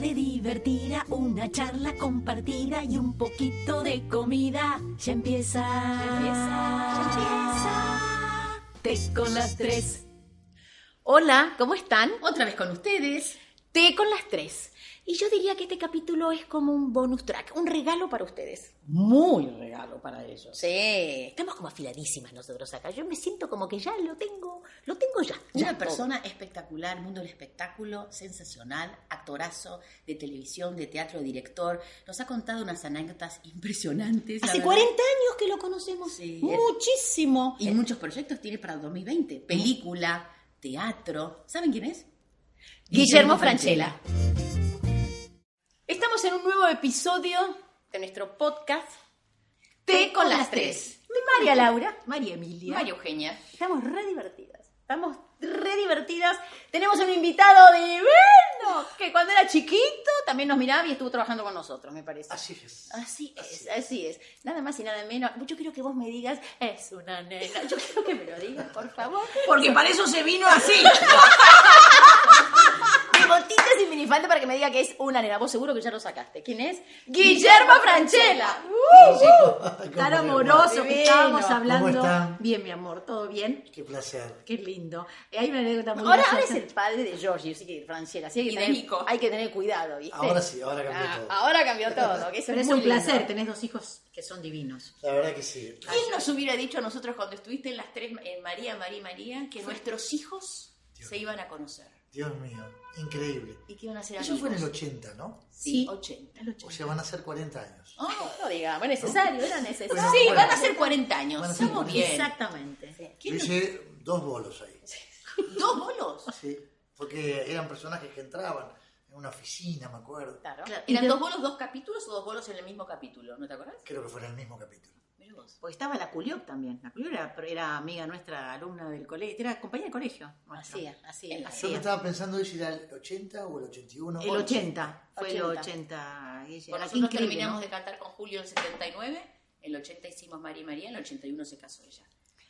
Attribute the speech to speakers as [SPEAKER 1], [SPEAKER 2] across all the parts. [SPEAKER 1] Te divertirá una charla compartida y un poquito de comida. Ya empieza. Ya empieza. Ya empieza. Té con las tres.
[SPEAKER 2] Hola, ¿cómo están?
[SPEAKER 3] Otra vez con ustedes.
[SPEAKER 2] Té con las tres. Y yo diría que este capítulo es como un bonus track, un regalo para ustedes.
[SPEAKER 3] Muy regalo para ellos.
[SPEAKER 2] Sí, estamos como afiladísimas nosotros acá. Yo me siento como que ya lo tengo, lo tengo ya. ya todo.
[SPEAKER 3] Una persona espectacular, mundo del espectáculo, sensacional, actorazo de televisión, de teatro, director. Nos ha contado unas anécdotas impresionantes. la
[SPEAKER 2] Hace
[SPEAKER 3] verdad.
[SPEAKER 2] 40 años que lo conocemos.
[SPEAKER 3] Sí.
[SPEAKER 2] Muchísimo.
[SPEAKER 3] Y muchos proyectos tiene para 2020.
[SPEAKER 2] ¿Mm?
[SPEAKER 3] Película, teatro. ¿Saben quién es?
[SPEAKER 2] Guillermo Franchella. Estamos en un nuevo episodio de nuestro podcast Té con las tres. De María Laura, María Emilia,
[SPEAKER 3] María Eugenia.
[SPEAKER 2] Estamos re divertidas. Estamos re divertidas. Tenemos un invitado divino que cuando era chiquito también nos miraba y estuvo trabajando con nosotros, me parece.
[SPEAKER 4] Así es.
[SPEAKER 2] Así es, así es. Nada más y nada menos. Yo quiero que vos me digas, es una nena. Yo quiero que me lo digas, por favor.
[SPEAKER 3] Porque para eso se vino así.
[SPEAKER 2] De botitas y minifalda para que me diga que es una nena. Vos seguro que ya lo sacaste. ¿Quién es? Guillermo Franchella.
[SPEAKER 1] Tan
[SPEAKER 4] Compañero,
[SPEAKER 1] amoroso
[SPEAKER 2] Divino.
[SPEAKER 1] que estábamos
[SPEAKER 2] ¿Cómo
[SPEAKER 1] hablando.
[SPEAKER 4] está?
[SPEAKER 1] Bien, mi amor, ¿todo bien?
[SPEAKER 4] Qué placer.
[SPEAKER 1] Qué lindo. Eh, Hay una anécdota muy
[SPEAKER 2] Ahora, ahora
[SPEAKER 1] graciosa.
[SPEAKER 2] es el padre de Georgie, así que Franchella. Así que hay
[SPEAKER 3] Y
[SPEAKER 2] que
[SPEAKER 3] de
[SPEAKER 2] tener-
[SPEAKER 3] Nico.
[SPEAKER 2] Hay que tener cuidado, ¿viste?
[SPEAKER 4] Ahora sí, ahora cambió
[SPEAKER 2] Ah,
[SPEAKER 4] todo.
[SPEAKER 2] ahora cambió todo. Que eso
[SPEAKER 1] Pero es
[SPEAKER 2] muy
[SPEAKER 1] un
[SPEAKER 2] lindo.
[SPEAKER 1] placer, tenés dos hijos que son divinos.
[SPEAKER 4] La verdad que sí.
[SPEAKER 3] ¿Quién nos hubiera dicho a nosotros cuando estuviste en las tres, en María, María, y María, que nuestros hijos se iban a conocer?
[SPEAKER 4] Dios mío, increíble.
[SPEAKER 3] Y que iban a ser
[SPEAKER 4] Eso
[SPEAKER 3] amigos.
[SPEAKER 4] fue en el 80, ¿no?
[SPEAKER 3] Sí, 80.
[SPEAKER 4] O sea, van a ser 40 años.
[SPEAKER 2] Oh, no digamos, necesario, era necesario.
[SPEAKER 4] Ah. Bueno,
[SPEAKER 3] Sí,
[SPEAKER 4] bueno.
[SPEAKER 3] van a ser 40 años.
[SPEAKER 4] Van a ser
[SPEAKER 3] Estamos
[SPEAKER 4] 40.
[SPEAKER 3] bien.
[SPEAKER 1] Exactamente.
[SPEAKER 4] Yo
[SPEAKER 3] ¿Quién
[SPEAKER 4] hice dos bolos ahí.
[SPEAKER 3] nos- ¿Dos bolos?
[SPEAKER 4] Sí. Porque eran personajes que entraban en una oficina, me acuerdo.
[SPEAKER 2] Claro.
[SPEAKER 3] Claro,
[SPEAKER 1] Y
[SPEAKER 3] ¿Eran
[SPEAKER 1] te-
[SPEAKER 3] dos bolos, dos capítulos o dos bolos en el mismo capítulo? ¿No te acordás?
[SPEAKER 4] Creo que fue en el mismo capítulo.
[SPEAKER 3] Mirá vos.
[SPEAKER 1] Porque estaba la Culiop también. La Culiop era, era amiga nuestra, alumna del colegio, era compañera de colegio. nuestra.
[SPEAKER 2] Así, es, así. es.
[SPEAKER 4] Yo me estaba pensando si era el 80 o el 81.
[SPEAKER 1] El 80, fue el
[SPEAKER 2] 80.
[SPEAKER 1] 80. Guille.
[SPEAKER 3] Bueno,
[SPEAKER 1] Ah, qué
[SPEAKER 3] nosotros
[SPEAKER 1] increíble,
[SPEAKER 3] terminamos
[SPEAKER 1] ¿no?
[SPEAKER 3] de cantar con Julio en el 79, en el 80 hicimos María y María, en el 81 se casó ella.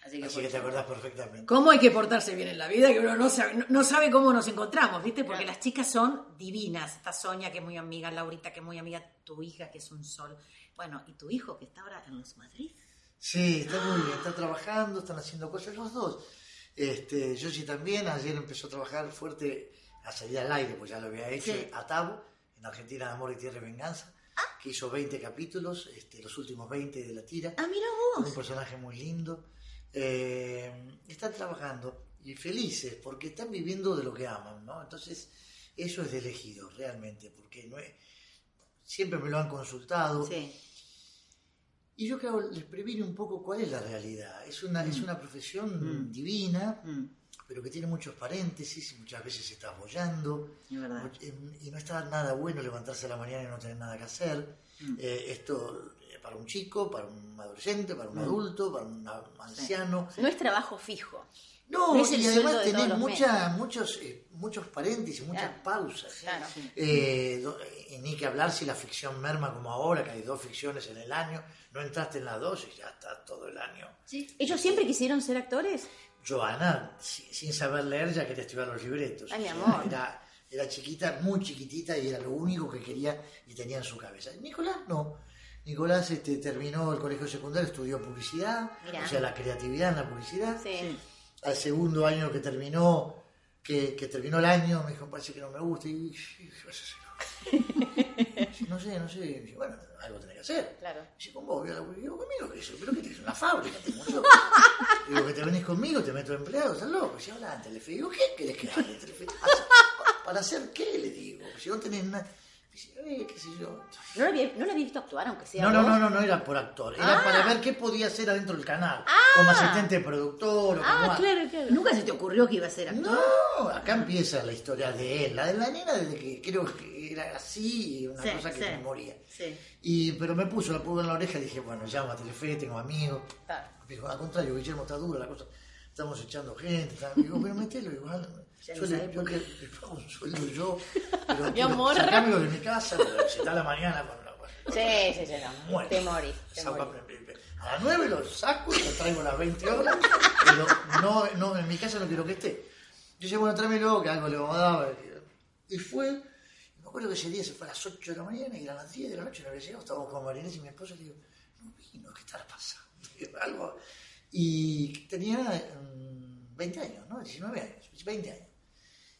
[SPEAKER 3] Así que,
[SPEAKER 4] Así
[SPEAKER 3] por
[SPEAKER 4] que te
[SPEAKER 3] ejemplo,
[SPEAKER 4] acordás perfectamente.
[SPEAKER 1] ¿Cómo hay que portarse bien en la vida? Que uno no sabe, no, no sabe cómo nos encontramos, ¿viste? Porque
[SPEAKER 3] Claro.
[SPEAKER 1] las chicas son divinas. Está Sonia, que es muy amiga, Laurita, que es muy amiga, tu hija, que es un sol. Bueno, y tu hijo, que está ahora en los Madrid.
[SPEAKER 4] Sí, está muy bien. Está trabajando, están haciendo cosas los dos. Este, Yoshi también ayer empezó a trabajar fuerte a salir al aire, pues ya lo había hecho
[SPEAKER 1] Sí.
[SPEAKER 4] a Tabo, en Argentina de Amor y Tierra y Venganza, que hizo 20 capítulos, este, los últimos 20 de la tira,
[SPEAKER 1] Ah, mira
[SPEAKER 4] con un
[SPEAKER 1] vos.
[SPEAKER 4] personaje muy lindo. Eh, están trabajando y felices porque están viviendo de lo que aman, ¿no? Entonces, eso es de elegido realmente, porque no es- siempre me lo han consultado,
[SPEAKER 1] Sí.
[SPEAKER 4] y yo creo, les previne un poco cuál es la realidad. Es una, es una profesión
[SPEAKER 1] Mm.
[SPEAKER 4] divina,
[SPEAKER 1] Mm,
[SPEAKER 4] pero que tiene muchos paréntesis, y muchas veces se está apoyando,
[SPEAKER 1] es verdad.
[SPEAKER 4] y no está nada bueno levantarse a la mañana y no tener nada que hacer.
[SPEAKER 1] Mm.
[SPEAKER 4] Eh, esto eh, para un chico, para un adolescente, para
[SPEAKER 2] Mm.
[SPEAKER 4] un adulto, para un a- anciano.
[SPEAKER 2] No es trabajo fijo.
[SPEAKER 4] No,
[SPEAKER 2] No es el
[SPEAKER 4] y
[SPEAKER 2] sueldo
[SPEAKER 4] además
[SPEAKER 2] de
[SPEAKER 4] tenés
[SPEAKER 2] todos los
[SPEAKER 4] mucha- muchos, eh, muchos paréntesis, muchas
[SPEAKER 2] Claro.
[SPEAKER 4] pausas.
[SPEAKER 2] Claro.
[SPEAKER 4] Eh, do- y ni que hablar si la ficción merma como ahora, que hay dos ficciones en el año, no entraste en las dos y ya está todo el año.
[SPEAKER 2] ¿Ellos siempre quisieron ser actores?
[SPEAKER 4] Joana, si- sin saber leer, ya quería estudiar los libretos.
[SPEAKER 2] Ay, mi
[SPEAKER 4] O sea,
[SPEAKER 2] amor.
[SPEAKER 4] Era, era chiquita, muy chiquitita, y era lo único que quería y tenía en su cabeza. Nicolás no. Nicolás este, terminó el colegio secundario, estudió publicidad,
[SPEAKER 2] Mirá.
[SPEAKER 4] o sea, la creatividad en la publicidad
[SPEAKER 2] Sí.
[SPEAKER 4] al segundo año que terminó, que, que terminó el año, me dijo, parece que no me gusta. Y yo, "¿Qué vas a hacer?". No sé, no sé. Y yo, bueno, algo tenés que hacer.
[SPEAKER 2] Claro.
[SPEAKER 4] Y dice, ¿cómo? voy a laburar?". Y digo, conmigo, que eso, pero que tienes una fábrica, tengo yo. Y digo, que te venís conmigo, te meto empleado, estás loco. Y yo, hola, Telefe. Y digo, ¿qué querés que haga Telefe? "Pa- Ah, ¿Para hacer qué? Le digo, si no tenés nada. Y dice, eh, qué sé yo.
[SPEAKER 2] ¿No la había, no la había visto actuar, aunque sea
[SPEAKER 4] No, no,
[SPEAKER 2] vos?
[SPEAKER 4] no, no, no era por actor, era
[SPEAKER 2] Ah.
[SPEAKER 4] para ver qué podía hacer adentro del canal, como asistente de productor o como
[SPEAKER 2] Ah,
[SPEAKER 4] algo.
[SPEAKER 2] claro, claro.
[SPEAKER 1] ¿Nunca se te ocurrió que iba a ser actor?
[SPEAKER 4] No, acá empieza la historia de él. La de la nena desde que creo que era así, una
[SPEAKER 1] Sí,
[SPEAKER 4] cosa que
[SPEAKER 1] sí.
[SPEAKER 4] me moría.
[SPEAKER 1] Sí.
[SPEAKER 4] Y, pero me puso la pulga en la oreja y dije, bueno, llamo a Telefe, tengo amigos.
[SPEAKER 2] Claro.
[SPEAKER 4] Me Dijo, al contrario, Guillermo, está dura la cosa. Estamos echando gente. está-". Digo, pero metelo igual.
[SPEAKER 1] Ya
[SPEAKER 4] Yo
[SPEAKER 1] no
[SPEAKER 4] le,
[SPEAKER 1] sabe
[SPEAKER 4] yo le- le pago un sueldo yo. Pero,
[SPEAKER 2] Mi
[SPEAKER 4] pero
[SPEAKER 2] amor.
[SPEAKER 4] sacámelo de mi casa, pero si está a la mañana con la cosa.
[SPEAKER 2] Sí, sí, sí. No.
[SPEAKER 4] Muere.
[SPEAKER 2] Te morís. Te
[SPEAKER 4] Saco
[SPEAKER 2] morís.
[SPEAKER 4] a- A las 9 lo saco y lo traigo a las 20 horas. Pero no, no, en mi casa no quiero que esté. Yo dije, bueno, tráemelo, que algo le vamos a dar. Y fue. y me acuerdo acuerdo que ese día se fue a las 8 de la mañana y a las 10 de la noche no había llegado. Estábamos con Marinés y mi esposa y le digo, no vino, ¿qué estará pasando? Algo. Y tenía mm, 20 años, ¿no? 19 años, 20 años.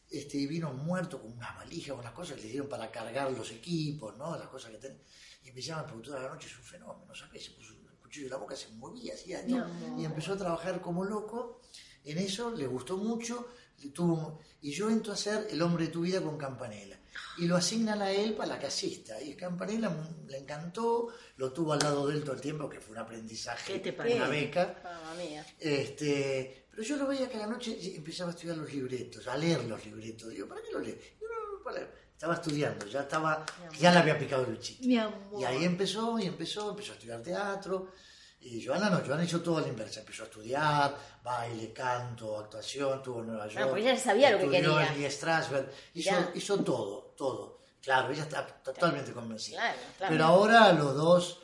[SPEAKER 4] Este, y vino muerto con unas valijas, unas cosas que le dieron para cargar los equipos, ¿no? Las cosas que ten... Y empezaban a preguntar a la noche, es un fenómeno, ¿sabes? Se puso el cuchillo en la boca, se movía, hacía esto, y empezó a trabajar como loco en eso, le gustó mucho, le tuvo, y yo entro a ser el hombre de tu vida con Campanella. Y lo asignan a él para la casista. Y Campanella mm, le encantó, lo tuvo al lado de él todo el tiempo, que fue un aprendizaje,
[SPEAKER 1] ¿Qué te parece?
[SPEAKER 4] una beca.
[SPEAKER 2] Mamma mía.
[SPEAKER 4] Este, pero yo lo veía que a la noche empezaba a estudiar los libretos, a leer los libretos. Digo, ¿para qué los lees? Yo no, no, para leer. Estaba estudiando, ya estaba, ya le había picado el chiste.
[SPEAKER 2] Mi amor.
[SPEAKER 4] Y ahí empezó, y empezó, empezó a estudiar teatro. Y Joana no, Joana hizo todo a la inversa. Empezó a estudiar, baile, canto, actuación, estuvo en Nueva York.
[SPEAKER 2] pues ella sabía lo que
[SPEAKER 4] estudió
[SPEAKER 2] quería.
[SPEAKER 4] en Lee Strasberg. Hizo,
[SPEAKER 2] Ya.
[SPEAKER 4] hizo todo, todo. Claro, ella está totalmente convencida.
[SPEAKER 2] Claro, claro.
[SPEAKER 4] Pero ahora los dos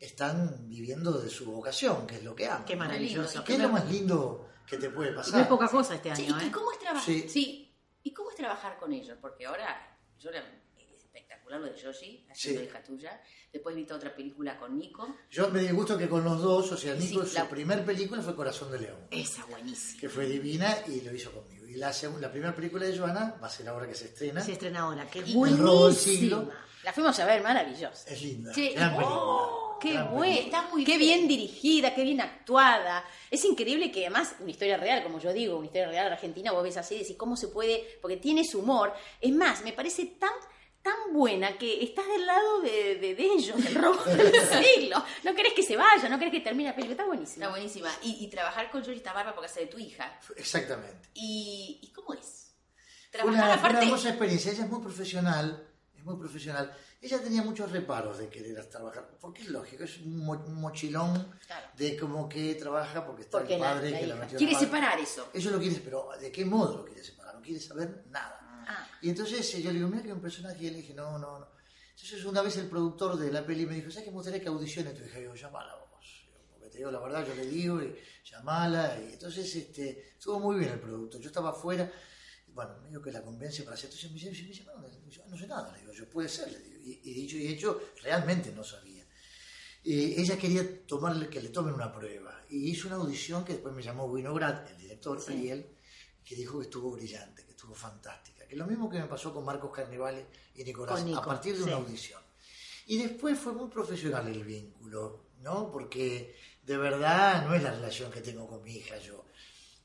[SPEAKER 4] están viviendo de su vocación, que es lo que aman.
[SPEAKER 1] Qué
[SPEAKER 4] ¿no?
[SPEAKER 1] maravilloso.
[SPEAKER 4] ¿Qué es lo más lindo que te puede
[SPEAKER 1] No es
[SPEAKER 4] pasar?
[SPEAKER 1] poca cosa este
[SPEAKER 3] Che,
[SPEAKER 1] año,
[SPEAKER 3] ¿y,
[SPEAKER 1] ¿eh?
[SPEAKER 3] cómo es trabajar?
[SPEAKER 4] Sí.
[SPEAKER 3] Sí. ¿Y cómo es trabajar con ellos? Porque ahora, yo la- es espectacular lo de Yoshi, haciendo
[SPEAKER 4] Sí.
[SPEAKER 3] hija tuya. Después viste otra película con Nico.
[SPEAKER 4] Yo me di gusto que con los dos, o sea,
[SPEAKER 3] Sí,
[SPEAKER 4] Nico, su
[SPEAKER 3] la-
[SPEAKER 4] primer película fue Corazón de León,
[SPEAKER 1] Esa, buenísima.
[SPEAKER 4] que fue divina y lo hizo conmigo. Y la, segun- la primera película de Joana va a ser ahora que se estrena.
[SPEAKER 1] Se estrena ahora. Qué
[SPEAKER 4] El robo del
[SPEAKER 1] buenísima.
[SPEAKER 4] siglo.
[SPEAKER 2] La fuimos a ver, maravillosa.
[SPEAKER 4] Es linda.
[SPEAKER 2] Che,
[SPEAKER 4] gran
[SPEAKER 2] oh,
[SPEAKER 4] película,
[SPEAKER 2] Qué
[SPEAKER 4] gran
[SPEAKER 2] buena,
[SPEAKER 4] película.
[SPEAKER 3] Está muy
[SPEAKER 2] qué bien
[SPEAKER 3] bien.
[SPEAKER 2] dirigida, qué bien actuada. Es increíble que además una historia real, como yo digo, una historia real argentina, vos ves así, decís cómo se puede, porque tiene su humor. Es más, me parece tan tan buena que estás del lado de, de, de ellos, del robo del siglo. No querés que se vaya, no querés que termine la película, está
[SPEAKER 3] Está
[SPEAKER 2] buenísima.
[SPEAKER 3] buenísima. Y, y trabajar con Yoshi está barba porque hace de tu hija.
[SPEAKER 4] Exactamente.
[SPEAKER 3] ¿Y, y cómo es?
[SPEAKER 4] Fue
[SPEAKER 3] Trabajar
[SPEAKER 4] Una, fue una
[SPEAKER 3] aparte.
[SPEAKER 4] hermosa experiencia. Ella es muy profesional, es muy profesional. Ella tenía muchos reparos de querer trabajar, porque es lógico, es un, mo- un mochilón
[SPEAKER 3] Claro.
[SPEAKER 4] de como que trabaja porque está
[SPEAKER 2] Porque
[SPEAKER 4] el
[SPEAKER 2] la-
[SPEAKER 4] padre
[SPEAKER 2] la
[SPEAKER 4] que la
[SPEAKER 2] hija.
[SPEAKER 4] metió en
[SPEAKER 3] Quiere
[SPEAKER 4] la madre.
[SPEAKER 3] separar eso.
[SPEAKER 4] Eso lo quieres, pero ¿de qué modo lo quiere separar? No quiere saber nada.
[SPEAKER 2] Ah,
[SPEAKER 4] Y entonces eh, yo le digo, mira que un personaje, y él le dije, no, no, no. Entonces una vez el productor de la peli me dijo, ¿sabes qué me gustaría que audiciones tu hija? Y yo, llamala vos. Digo, Porque te digo la verdad, yo le digo, y llamala. Y entonces este, estuvo muy bien el producto. Yo estaba afuera, y bueno, medio que la convence para hacer. Entonces me dice, me dice, "No, no, no, no sé nada. Le digo, yo puede ser. Le digo. Y, y dicho y hecho, realmente no sabía. Eh, ella quería tomarle, que le tomen una prueba. Y hizo una audición que después me llamó Winograd, el director, y él, que dijo que estuvo brillante, que estuvo fantástica. Que lo mismo que me pasó con Marcos Carnevale y Nicolás,
[SPEAKER 1] Con Nico,
[SPEAKER 4] a partir de una
[SPEAKER 1] sí.
[SPEAKER 4] audición. Y después fue muy profesional el vínculo, ¿no? Porque de verdad no es la relación que tengo con mi hija yo.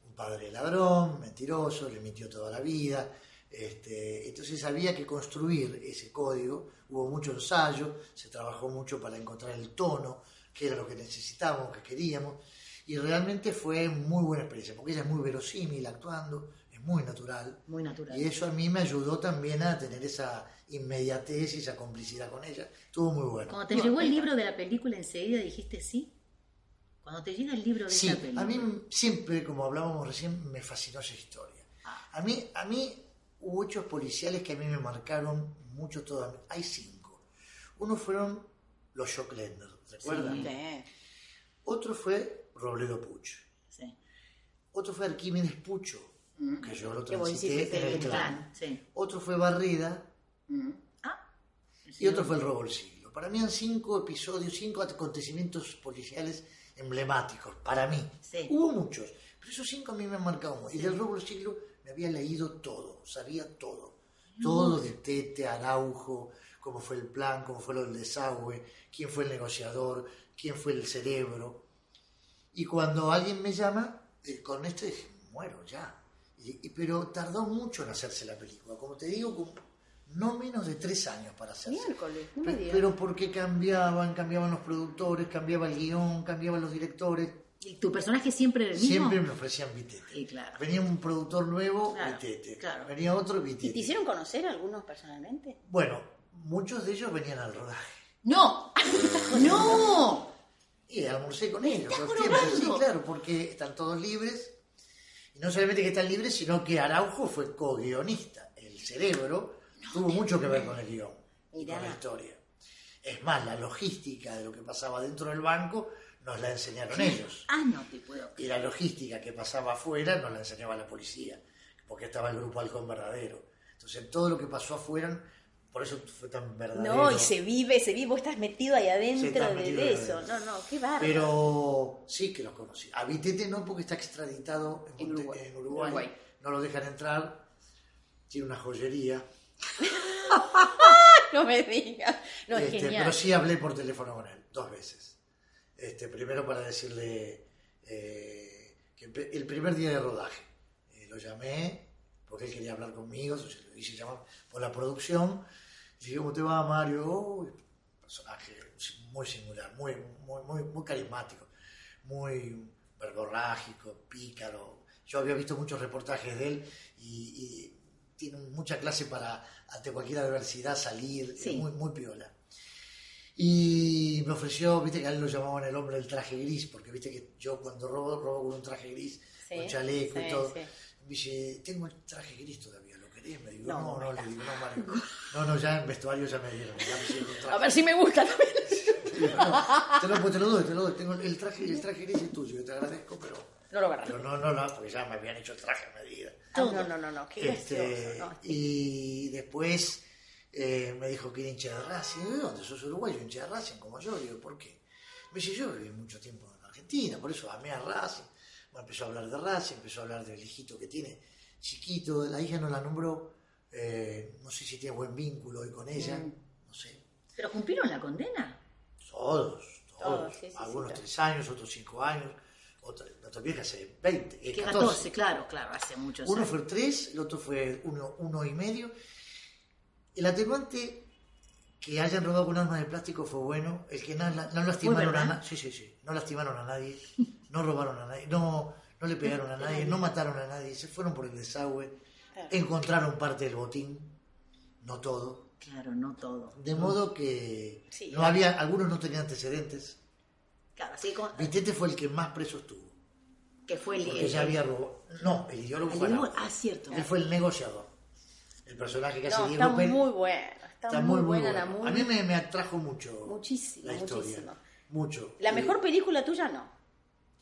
[SPEAKER 4] Un padre ladrón, mentiroso, le mintió toda la vida. Este, entonces había que construir ese código, hubo mucho ensayo, se trabajó mucho para encontrar el tono, qué era lo que necesitábamos, qué queríamos, y realmente fue muy buena experiencia, porque ella es muy verosímil actuando, es muy natural,
[SPEAKER 1] Muy natural.
[SPEAKER 4] y eso a mí me ayudó también a tener esa inmediatez y esa complicidad con ella. Estuvo muy bueno.
[SPEAKER 1] Cuando te llegó el libro de la película, enseguida dijiste sí. Cuando te llega el libro de
[SPEAKER 4] Sí,
[SPEAKER 1] esa película.
[SPEAKER 4] a mí siempre, como hablábamos recién, me fascinó esa historia.
[SPEAKER 2] Ah.
[SPEAKER 4] A mí, a mí hubo hechos policiales que a mí me marcaron mucho toda mi- Hay cinco. Uno fueron los Shocklanders, ¿recuerdan? Otro fue Robledo Pucho.
[SPEAKER 1] Sí.
[SPEAKER 4] Otro fue Arquímedes Pucho, que yo lo
[SPEAKER 2] Mm. Que vos
[SPEAKER 4] transité
[SPEAKER 2] hiciste
[SPEAKER 4] en el
[SPEAKER 2] el
[SPEAKER 4] clan.
[SPEAKER 1] Claro, sí.
[SPEAKER 4] Otro fue Barrida,
[SPEAKER 3] Mm.
[SPEAKER 4] y otro fue el robo del siglo. Para mí han cinco episodios, cinco acontecimientos policiales emblemáticos, para mí.
[SPEAKER 1] Sí.
[SPEAKER 4] Hubo muchos, pero esos cinco a mí me han marcado mucho. Y del robo del siglo me había leído todo, sabía todo. Todo de Tete, Araujo, cómo fue el plan, cómo fue lo del desagüe, quién fue el negociador, quién fue el cerebro. Y cuando alguien me llama, eh, con esto dije, muero ya. Y- y- pero tardó mucho en hacerse la película. Como te digo, como no menos de tres años para hacerse.
[SPEAKER 2] Miércoles, no me
[SPEAKER 4] Pe-
[SPEAKER 2] digas.
[SPEAKER 4] Pero porque cambiaban, cambiaban los productores, cambiaba el guión, cambiaban los directores.
[SPEAKER 1] ¿Y tu personaje siempre era el mismo?
[SPEAKER 4] Siempre me ofrecían Vitete.
[SPEAKER 1] Y claro.
[SPEAKER 4] Venía un productor nuevo,
[SPEAKER 1] Claro,
[SPEAKER 4] Vitete.
[SPEAKER 1] claro.
[SPEAKER 4] Venía otro,
[SPEAKER 2] ¿Y te
[SPEAKER 4] Vitete.
[SPEAKER 2] hicieron conocer a algunos personalmente?
[SPEAKER 4] Bueno, muchos de ellos venían al rodaje.
[SPEAKER 3] ¡No!
[SPEAKER 2] Ah,
[SPEAKER 3] ¡No!
[SPEAKER 4] Y almorcé con ellos. todo el tiempo. Sí, claro, porque están todos libres. Y no solamente que están libres, sino que Araujo fue co-guionista. El cerebro tuvo mucho que ver con el guión y con la historia. Es más, la logística de lo que pasaba dentro del banco nos la enseñaron ellos.
[SPEAKER 3] Ah, no te puedo
[SPEAKER 4] y la logística que pasaba afuera nos la enseñaba la policía, porque estaba el grupo Halcón Verdadero. Entonces todo lo que pasó afuera Por eso fue tan verdadero.
[SPEAKER 2] No, y se vive, se vive, vos estás metido ahí adentro
[SPEAKER 4] estás
[SPEAKER 2] de,
[SPEAKER 4] metido
[SPEAKER 2] de
[SPEAKER 4] ahí
[SPEAKER 2] eso.
[SPEAKER 4] adentro.
[SPEAKER 2] No, no, qué bárbaro.
[SPEAKER 4] Pero sí que los conocí. A Vitete no, porque está extraditado en,
[SPEAKER 3] En
[SPEAKER 4] Monte-
[SPEAKER 3] Uruguay.
[SPEAKER 4] en Uruguay.
[SPEAKER 3] Uruguay.
[SPEAKER 4] No lo dejan entrar. Tiene una joyería.
[SPEAKER 2] No me digas. No, es
[SPEAKER 4] Este,
[SPEAKER 2] genial.
[SPEAKER 4] pero sí hablé por teléfono con él, dos veces. Este, primero para decirle eh, que empe- el primer día de rodaje eh, lo llamé porque él quería hablar conmigo, yo se lo hice llamar por la producción. Le dije, ¿cómo te va, Mario? Uy, un personaje muy singular, muy, muy, muy, muy carismático, muy verborrágico, pícaro. Yo había visto muchos reportajes de él y, y tiene mucha clase para ante cualquier adversidad salir,
[SPEAKER 2] Sí.
[SPEAKER 4] es muy, muy piola. Y me ofreció, viste que a él lo llamaban el hombre del traje gris, porque viste que yo cuando robo, robo con un traje gris,
[SPEAKER 2] Sí,
[SPEAKER 4] con chaleco
[SPEAKER 2] sí,
[SPEAKER 4] y todo.
[SPEAKER 2] sí.
[SPEAKER 4] Me dice, tengo el traje gris todavía, ¿lo querés? Me digo, no, no, le digo, no, Mario. No, no, ya en vestuario ya me dieron. ya me hicieron un traje.
[SPEAKER 2] A ver si me gusta también.
[SPEAKER 4] No, te, lo, pues te lo doy, te lo doy. Tengo el traje, el traje gris es tuyo, te agradezco, pero,
[SPEAKER 2] No lo agarré.
[SPEAKER 4] pero no, no, no, porque ya me habían hecho el traje a medida.
[SPEAKER 2] Ah, no, no, no, no, qué
[SPEAKER 4] Este,
[SPEAKER 2] gracioso. no.
[SPEAKER 4] y después eh, me dijo que era hincha de Racing. ¿De dónde? ¿Sos uruguayo? ¿Hincha de Racing? Como yo. Digo, ¿por qué? Me dice, yo viví mucho tiempo en Argentina, por eso amé a Racing. Bueno, empezó a hablar de Racing, empezó a hablar del hijito que tiene, chiquito. La hija no la nombró. eh, no sé si tiene buen vínculo hoy con ella.
[SPEAKER 2] Mm.
[SPEAKER 4] No sé.
[SPEAKER 3] ¿Pero cumplieron la condena?
[SPEAKER 4] Todos, todos.
[SPEAKER 2] Todos, sí, sí, sí,
[SPEAKER 4] Algunos
[SPEAKER 2] claro.
[SPEAKER 4] tres años, otros cinco años. Otra, la otra vieja hace 20, eh,
[SPEAKER 3] Que
[SPEAKER 4] 14.
[SPEAKER 3] 14, claro, claro, hace muchos
[SPEAKER 4] Uno
[SPEAKER 3] años.
[SPEAKER 4] fue tres, el otro fue uno, uno y medio. El atenuante que hayan robado con armas de plástico fue bueno. El que no, no lastimaron a
[SPEAKER 3] verdad?
[SPEAKER 4] nadie. Sí, sí, sí. No lastimaron a nadie. No robaron a nadie. No, no le pegaron a nadie. No mataron a nadie. Se fueron por el desagüe. Encontraron parte del botín. No todo.
[SPEAKER 3] Claro, no todo.
[SPEAKER 4] De modo que
[SPEAKER 2] Sí,
[SPEAKER 4] no había, algunos no tenían antecedentes.
[SPEAKER 3] Claro, así como...
[SPEAKER 4] Vitete fue el que más presos tuvo.
[SPEAKER 3] Que fue el...
[SPEAKER 4] Porque ya había robado. No, el ideólogo fue
[SPEAKER 3] el-
[SPEAKER 4] Araujo.
[SPEAKER 3] ah, cierto.
[SPEAKER 4] Él fue el negociador. El personaje que hace
[SPEAKER 2] No,
[SPEAKER 4] Diego
[SPEAKER 2] está
[SPEAKER 4] Pérez.
[SPEAKER 2] muy bueno. Está,
[SPEAKER 4] Está
[SPEAKER 2] muy, buena
[SPEAKER 4] bueno.
[SPEAKER 2] la mu-
[SPEAKER 4] A mí me, me atrajo mucho.
[SPEAKER 2] Muchísimo,
[SPEAKER 4] La historia.
[SPEAKER 2] muchísimo.
[SPEAKER 4] Mucho. Eh,
[SPEAKER 2] La
[SPEAKER 4] Y-
[SPEAKER 2] mejor película tuya no.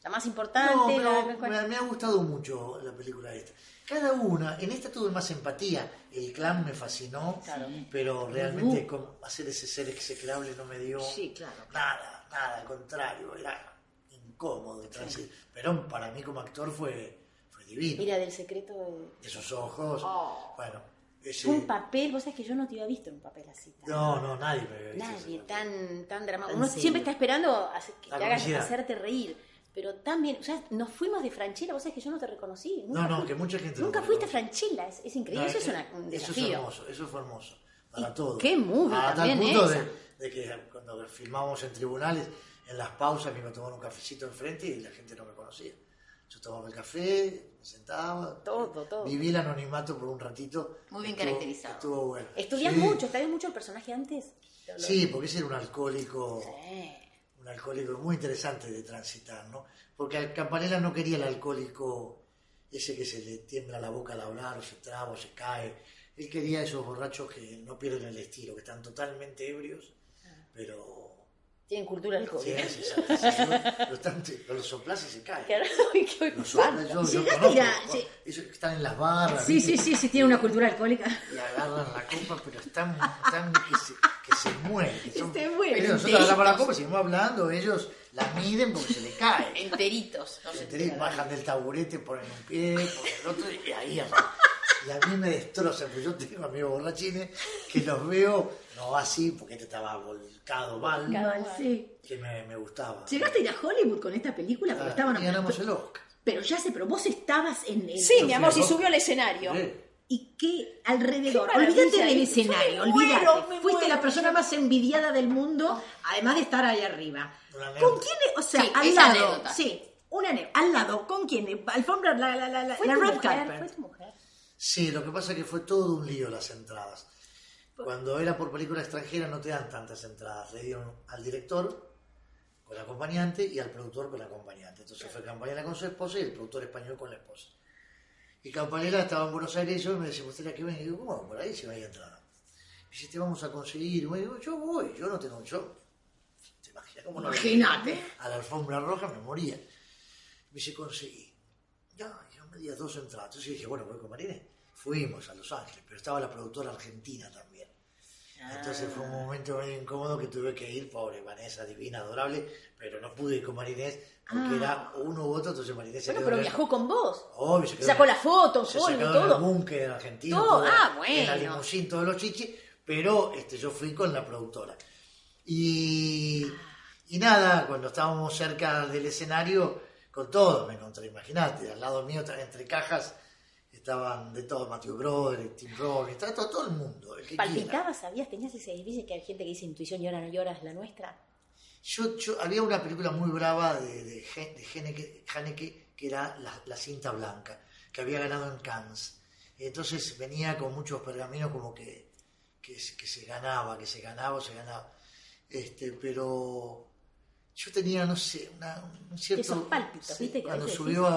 [SPEAKER 2] La más importante,
[SPEAKER 4] No,
[SPEAKER 2] la
[SPEAKER 4] pero
[SPEAKER 2] mejor.
[SPEAKER 4] me, me ha gustado mucho la película esta. Cada una, en esta tuve más empatía. El clan me fascinó,
[SPEAKER 3] Claro.
[SPEAKER 4] pero
[SPEAKER 2] Uh.
[SPEAKER 4] realmente como hacer ese ser execrable no me dio
[SPEAKER 3] Sí, claro.
[SPEAKER 4] nada, nada, al contrario, era incómodo. entonces, Pero para mí como actor fue, fue divino.
[SPEAKER 2] Mira, del secreto de...
[SPEAKER 4] Esos ojos,
[SPEAKER 2] Oh.
[SPEAKER 4] bueno, ese-
[SPEAKER 2] Un papel, vos sabés que yo no te había visto en un papel así. tan-
[SPEAKER 4] No, no, nadie me había visto ese
[SPEAKER 2] Nadie
[SPEAKER 4] papel.
[SPEAKER 2] tan, tan
[SPEAKER 3] Tan
[SPEAKER 2] dramático. Uno
[SPEAKER 3] serio.
[SPEAKER 2] siempre está esperando hacer- que
[SPEAKER 4] La
[SPEAKER 2] te hagas
[SPEAKER 4] comicidad.
[SPEAKER 2] hacerte reír. Pero también, o sea, nos fuimos de Franchella, vos sabés que yo no te reconocí. Nunca
[SPEAKER 4] No, no,
[SPEAKER 2] fui-
[SPEAKER 4] que mucha gente...
[SPEAKER 2] Nunca
[SPEAKER 4] no
[SPEAKER 2] fuiste a
[SPEAKER 4] conoce.
[SPEAKER 2] Franchella, es, es increíble.
[SPEAKER 4] No,
[SPEAKER 2] eso es
[SPEAKER 4] que-
[SPEAKER 2] una- un
[SPEAKER 4] eso es
[SPEAKER 2] desafío.
[SPEAKER 4] hermoso, eso fue hermoso. Para todo.
[SPEAKER 2] qué movie
[SPEAKER 4] A tal
[SPEAKER 2] también ¿eh?
[SPEAKER 4] punto
[SPEAKER 2] esa.
[SPEAKER 4] de, de que cuando filmábamos en tribunales, en las pausas, me iba a tomar un cafecito enfrente y la gente no me conocía. Yo tomaba el café, me sentaba.
[SPEAKER 2] Todo, todo.
[SPEAKER 4] Viví el anonimato por un ratito.
[SPEAKER 3] Muy bien
[SPEAKER 4] Estuvo-
[SPEAKER 3] caracterizado.
[SPEAKER 4] Estuvo bueno.
[SPEAKER 2] Estudias
[SPEAKER 4] Sí.
[SPEAKER 2] mucho, estudias mucho el personaje antes.
[SPEAKER 4] Sí, porque ese era un alcohólico,
[SPEAKER 2] Eh,
[SPEAKER 4] un alcohólico muy interesante de transitar, ¿no? Porque al Campanella no quería el alcohólico ese que se le tiembla la boca al hablar, o se traba, o se cae. Él quería esos borrachos que no pierden el estilo, que están totalmente ebrios,
[SPEAKER 3] Ah.
[SPEAKER 4] pero...
[SPEAKER 2] tienen cultura
[SPEAKER 4] Sí,
[SPEAKER 2] alcohólica.
[SPEAKER 4] sí, sí, sí, sí, lo, lo están- lo soplas y se cae.
[SPEAKER 2] Claro, uy, qué
[SPEAKER 4] Lo soplas,
[SPEAKER 2] espanto.
[SPEAKER 4] yo,
[SPEAKER 3] Sí,
[SPEAKER 4] yo
[SPEAKER 3] ya,
[SPEAKER 4] conozco,
[SPEAKER 3] mira, sí.
[SPEAKER 4] esos que están en las barras,
[SPEAKER 3] Sí,
[SPEAKER 4] ¿viste?
[SPEAKER 3] sí, sí, sí, tiene una cultura alcohólica.
[SPEAKER 4] y agarran la copa, pero están, están que, se, que se mueren. que son-
[SPEAKER 2] Se mueren
[SPEAKER 4] Pero nosotros
[SPEAKER 2] enteritos.
[SPEAKER 4] hablamos la copa, seguimos hablando, ellos la miden porque se le cae.
[SPEAKER 3] Enteritos. no
[SPEAKER 4] Se
[SPEAKER 3] sé.
[SPEAKER 4] enteran, bajan del taburete, ponen un pie, ponen el otro y ahí arrancan. Y a mí me destrozan, porque yo tengo amigos borrachines que los veo, no así, porque este estaba volcado mal,
[SPEAKER 3] Cabal, sí.
[SPEAKER 4] que me, me gustaba.
[SPEAKER 3] Llegaste a ir a Hollywood con esta película, pero
[SPEAKER 4] Ah,
[SPEAKER 3] estaban
[SPEAKER 4] y ganamos el Oscar.
[SPEAKER 3] Pero ya sé, pero vos estabas en... en-
[SPEAKER 2] Sí, mi amor, si
[SPEAKER 4] Yo-
[SPEAKER 2] subió al escenario.
[SPEAKER 4] Sí.
[SPEAKER 3] ¿Y qué alrededor?
[SPEAKER 2] Qué maravilla,
[SPEAKER 3] olvídate del
[SPEAKER 2] ¿eh?
[SPEAKER 3] escenario,
[SPEAKER 2] Yo me muero,
[SPEAKER 3] olvídate.
[SPEAKER 2] me
[SPEAKER 3] Fuiste
[SPEAKER 2] muero.
[SPEAKER 3] la persona más envidiada del mundo, además de estar ahí arriba.
[SPEAKER 4] Una anécdota.
[SPEAKER 3] ¿Con quién? O sea,
[SPEAKER 2] Sí,
[SPEAKER 3] al
[SPEAKER 2] esa
[SPEAKER 3] lado.
[SPEAKER 2] anécdota.
[SPEAKER 3] Sí, una anécdota. Al lado, ¿con quién? Alfombra, la, la, la, la,
[SPEAKER 2] ¿Fue
[SPEAKER 3] la
[SPEAKER 2] tu
[SPEAKER 3] red
[SPEAKER 2] mujer?
[SPEAKER 3] carpet.
[SPEAKER 2] ¿Fue tu mujer?
[SPEAKER 4] Sí, lo que pasa es que fue todo un lío las entradas. Cuando era por película extranjera no te dan tantas entradas. Le dieron al director con la acompañante y al productor con la acompañante. Entonces fue Campanella con su esposa y el productor español con la esposa. Y Campanella estaba en Buenos Aires y yo me decía, ¿usted era que ven? Y digo, ¿cómo? Por ahí se va a entrada. Me dice, te vamos a conseguir. Y digo, yo voy, yo no tengo yo. ¿Te imaginas cómo no?
[SPEAKER 3] Imagínate.
[SPEAKER 4] A la alfombra roja me moría. Me dice, conseguí. Ya, yo me di a dos entradas. Entonces dije, bueno, voy con Marines. Fuimos a Los Ángeles, pero estaba la productora argentina también. Entonces fue un
[SPEAKER 2] Ah.
[SPEAKER 4] momento medio incómodo que tuve que ir, pobre Vanessa, divina, adorable, pero no pude ir con Marinés porque era uno u otro, entonces Marinés se
[SPEAKER 2] Ah. Bueno,
[SPEAKER 4] quedó
[SPEAKER 2] pero
[SPEAKER 4] en el-
[SPEAKER 2] viajó con vos.
[SPEAKER 4] Obvio, se quedó
[SPEAKER 2] Sacó
[SPEAKER 4] en-
[SPEAKER 2] la foto,
[SPEAKER 4] se
[SPEAKER 2] polvo,
[SPEAKER 4] sacaron
[SPEAKER 2] todo.
[SPEAKER 4] el búnker argentino,
[SPEAKER 2] Todo, ah, bueno.
[SPEAKER 4] en la limusín, todos los chichis, pero este, yo fui con la productora. Y, y nada, cuando estábamos cerca del escenario, con todo me encontré, imagínate, al lado mío, tra- entre cajas, estaban de todo, Matthew Brother, Tim Robbins, estaba todo, todo el mundo, el que quiera.
[SPEAKER 2] ¿Palpitabas, sabías, tenías ese edificio que hay gente que dice intuición y ahora no lloras, la nuestra?
[SPEAKER 4] Yo, yo- había una película muy brava de, de, Hen- de Haneke, Haneke, que era la, La cinta blanca, que había ganado en Cannes. Entonces venía con muchos pergaminos como que, que, se- que se ganaba, que se ganaba o se ganaba. Este, pero yo tenía, no sé, una- un cierto...
[SPEAKER 2] Esos pálpitos,
[SPEAKER 4] sí,
[SPEAKER 2] ¿viste? Que a
[SPEAKER 4] Cuando
[SPEAKER 2] veces
[SPEAKER 4] subió a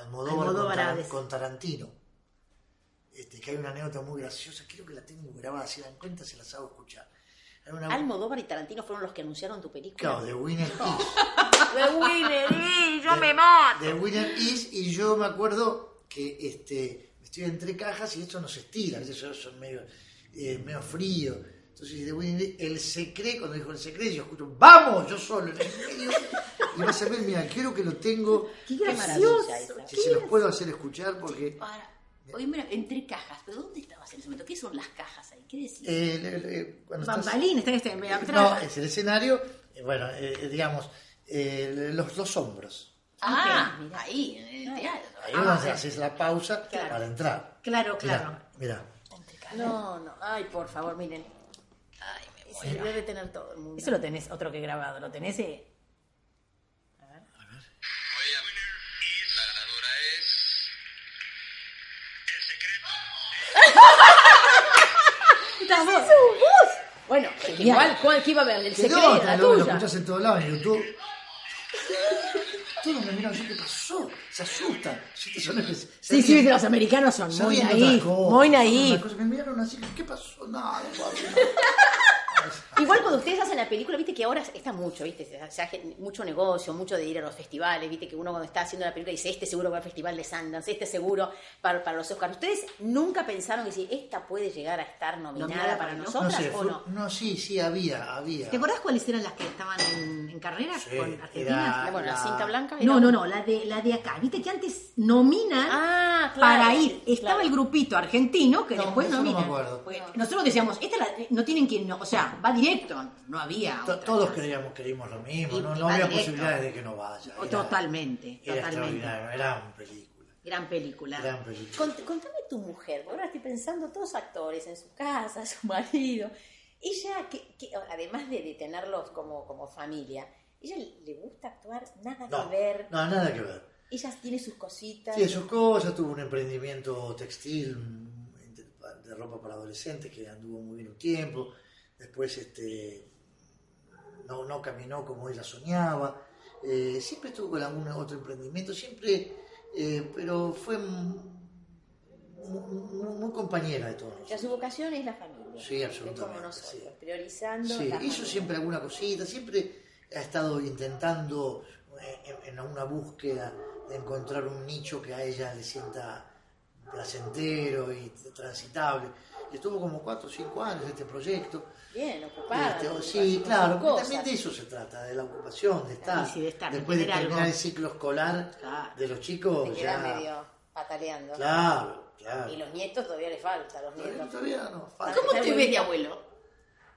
[SPEAKER 4] Almodóvar,
[SPEAKER 1] Almodóvar
[SPEAKER 4] con,
[SPEAKER 1] a
[SPEAKER 4] Taran-
[SPEAKER 1] veces.
[SPEAKER 4] con Tarantino, este, que hay una anécdota muy graciosa, creo que la tengo grabada, si dan cuenta se las hago escuchar. Hay una-
[SPEAKER 2] Almodóvar y Tarantino fueron los que anunciaron tu película.
[SPEAKER 4] Claro, de Winner Is.
[SPEAKER 2] ¡De Winner, y yo
[SPEAKER 4] De-
[SPEAKER 2] me mato!
[SPEAKER 4] De Winner Is, y yo me acuerdo que este, estoy entre cajas y esto no se estira, a veces yo soy medio, eh, medio frío. Entonces, de Winner Is, el secreto, cuando dijo el secreto, yo escucho, ¡vamos! Yo solo en el medio. Y vas a ver, mira, creo que lo tengo,
[SPEAKER 2] ¡Qué
[SPEAKER 3] maravilla
[SPEAKER 2] gracioso!
[SPEAKER 3] esa.
[SPEAKER 4] que se los puedo hacer escuchar porque
[SPEAKER 3] Ahora, oye, mira, entre cajas, pero ¿dónde estabas en ese momento? ¿Qué son las cajas ahí? ¿Qué decías?
[SPEAKER 4] eh, le- le- cuando estás-
[SPEAKER 1] Bambalines, tenés que
[SPEAKER 4] eh, no, es el escenario, eh, bueno, eh, digamos, eh, los, los hombros.
[SPEAKER 3] ah, ahí, en el teatro.
[SPEAKER 4] Ahí
[SPEAKER 1] Ah,
[SPEAKER 4] es donde
[SPEAKER 1] sí.
[SPEAKER 4] haces la pausa
[SPEAKER 1] Claro.
[SPEAKER 4] para entrar.
[SPEAKER 1] Claro, claro.
[SPEAKER 4] Mira, mira.
[SPEAKER 2] No, no, ay, por favor, miren.
[SPEAKER 3] Ay, me muero.
[SPEAKER 2] Se debe tener todo el mundo.
[SPEAKER 1] Eso lo tenés, otro que he grabado, lo tenés eh. y...
[SPEAKER 5] Y la ganadora es. El secreto.
[SPEAKER 2] Bueno, igual, ¿cuál que iba a ver? El secreto,
[SPEAKER 4] Quedó,
[SPEAKER 2] la
[SPEAKER 4] lo, lo
[SPEAKER 2] tuya.
[SPEAKER 4] escuchás en todos lados, en YouTube. Todos me miran, yo, ¿qué pasó? Se asustan. Sí, son los que se- se
[SPEAKER 1] Sí, sí,
[SPEAKER 4] ríen.
[SPEAKER 1] viste, los americanos son
[SPEAKER 4] Se
[SPEAKER 1] muy
[SPEAKER 4] ríen de
[SPEAKER 1] naif,
[SPEAKER 4] otras cosas,
[SPEAKER 1] muy
[SPEAKER 4] son
[SPEAKER 1] naif.
[SPEAKER 4] otras cosas. Me miraron así, ¿qué pasó? Nada, papi,
[SPEAKER 2] Igual cuando ustedes hacen la película, viste que ahora está mucho, viste, se se hace mucho negocio, mucho de ir a los festivales, viste que uno cuando está haciendo la película dice, este seguro va al festival de Sundance, este seguro para, para los Oscars. ¿Ustedes nunca pensaron que si esta puede llegar a estar nominada,
[SPEAKER 1] Nominada
[SPEAKER 2] para
[SPEAKER 1] para los-
[SPEAKER 4] no. No
[SPEAKER 2] nosotras
[SPEAKER 4] sé,
[SPEAKER 2] o
[SPEAKER 4] fue-
[SPEAKER 2] no?
[SPEAKER 4] no, sí, sí, había, había.
[SPEAKER 1] ¿Te acordás cuáles eran las que estaban en, en carrera
[SPEAKER 4] Sí,
[SPEAKER 1] con
[SPEAKER 4] era-
[SPEAKER 1] Argentina?
[SPEAKER 2] Eh, bueno, la
[SPEAKER 4] la-
[SPEAKER 2] cinta blanca era-
[SPEAKER 1] No, no, no, la de, la de acá. Viste que antes nominan
[SPEAKER 2] Ah, claro,
[SPEAKER 1] para ir.
[SPEAKER 2] claro.
[SPEAKER 1] Estaba el grupito argentino que
[SPEAKER 4] No,
[SPEAKER 1] después
[SPEAKER 4] eso no me
[SPEAKER 1] nominan.
[SPEAKER 4] acuerdo.
[SPEAKER 1] Porque Nosotros decíamos, esta la- no tienen quien, no, o sea, va directo. No había.
[SPEAKER 4] To-
[SPEAKER 1] otra
[SPEAKER 4] Todos
[SPEAKER 1] chance.
[SPEAKER 4] creíamos, creímos lo mismo,
[SPEAKER 1] Y-
[SPEAKER 4] no,
[SPEAKER 1] y
[SPEAKER 4] no
[SPEAKER 1] va
[SPEAKER 4] había
[SPEAKER 1] directo.
[SPEAKER 4] posibilidades de que no vaya.
[SPEAKER 1] O
[SPEAKER 4] Era-
[SPEAKER 1] Eh, Totalmente,
[SPEAKER 4] Era
[SPEAKER 1] totalmente.
[SPEAKER 4] extraordinario, gran película.
[SPEAKER 1] Gran película.
[SPEAKER 4] Gran película.
[SPEAKER 2] Cont- contame tu mujer, porque ahora estoy pensando todos actores en su casa, su marido. Ella, que, que- además de, de tenerlos como, como familia, ella le gusta actuar, nada
[SPEAKER 4] No,
[SPEAKER 2] que ver.
[SPEAKER 4] no, nada que ver.
[SPEAKER 2] Ella tiene sus cositas.
[SPEAKER 4] Sí, sus cosas, tuvo un emprendimiento textil mm, de, de ropa para adolescentes que anduvo muy bien un tiempo, después este no, no caminó como ella soñaba, Eh, siempre estuvo con algún otro emprendimiento, siempre, eh, pero fue mm, mu- mu- muy compañera de todos.
[SPEAKER 2] Ya
[SPEAKER 4] nosotros.
[SPEAKER 2] su vocación es la familia.
[SPEAKER 4] Sí,
[SPEAKER 2] Es
[SPEAKER 4] absolutamente,
[SPEAKER 2] como nosotros,
[SPEAKER 4] sí.
[SPEAKER 2] priorizando.
[SPEAKER 4] Sí,
[SPEAKER 2] la
[SPEAKER 4] hizo
[SPEAKER 2] familia.
[SPEAKER 4] siempre alguna cosita, siempre ha estado intentando eh, en, en una búsqueda de encontrar un nicho que a ella le sienta placentero y transitable. Y estuvo como cuatro o cinco años este proyecto.
[SPEAKER 2] Bien, ocupada.
[SPEAKER 4] Este, o-
[SPEAKER 2] con-
[SPEAKER 4] sí,
[SPEAKER 2] con
[SPEAKER 4] claro,
[SPEAKER 2] sus
[SPEAKER 4] porque
[SPEAKER 2] cosas.
[SPEAKER 4] también de eso se trata, de la ocupación, de estar.
[SPEAKER 1] Y sí, de estar, de
[SPEAKER 4] Después de
[SPEAKER 1] tener
[SPEAKER 4] terminar
[SPEAKER 1] algo.
[SPEAKER 4] el ciclo escolar
[SPEAKER 1] Claro.
[SPEAKER 4] de los
[SPEAKER 2] Se
[SPEAKER 4] chicos,
[SPEAKER 2] queda
[SPEAKER 4] ya.
[SPEAKER 2] medio pataleando.
[SPEAKER 4] Claro, claro.
[SPEAKER 2] Y los nietos todavía le falta, los
[SPEAKER 4] Todavía-
[SPEAKER 2] nietos.
[SPEAKER 4] Todavía no falta.
[SPEAKER 3] ¿Cómo te ves de abuelo?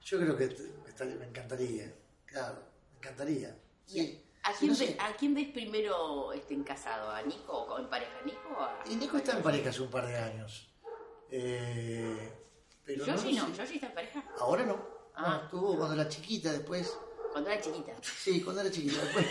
[SPEAKER 4] Yo creo que te- estaría- me encantaría, claro, me encantaría. Sí.
[SPEAKER 3] ¿A quién,
[SPEAKER 4] No sé.
[SPEAKER 3] ve- ¿A quién ves primero este, en casado? ¿A Nico o con pareja? ¿Nico o a-
[SPEAKER 4] Y Nico está en pareja hace un par de años. Eh, pero
[SPEAKER 3] Yoshi no,
[SPEAKER 4] sé.
[SPEAKER 3] Yoshi está en pareja.
[SPEAKER 4] Ahora no.
[SPEAKER 3] Ah.
[SPEAKER 4] No, estuvo cuando era chiquita, después.
[SPEAKER 3] Cuando era chiquita.
[SPEAKER 4] Sí, cuando era chiquita, después.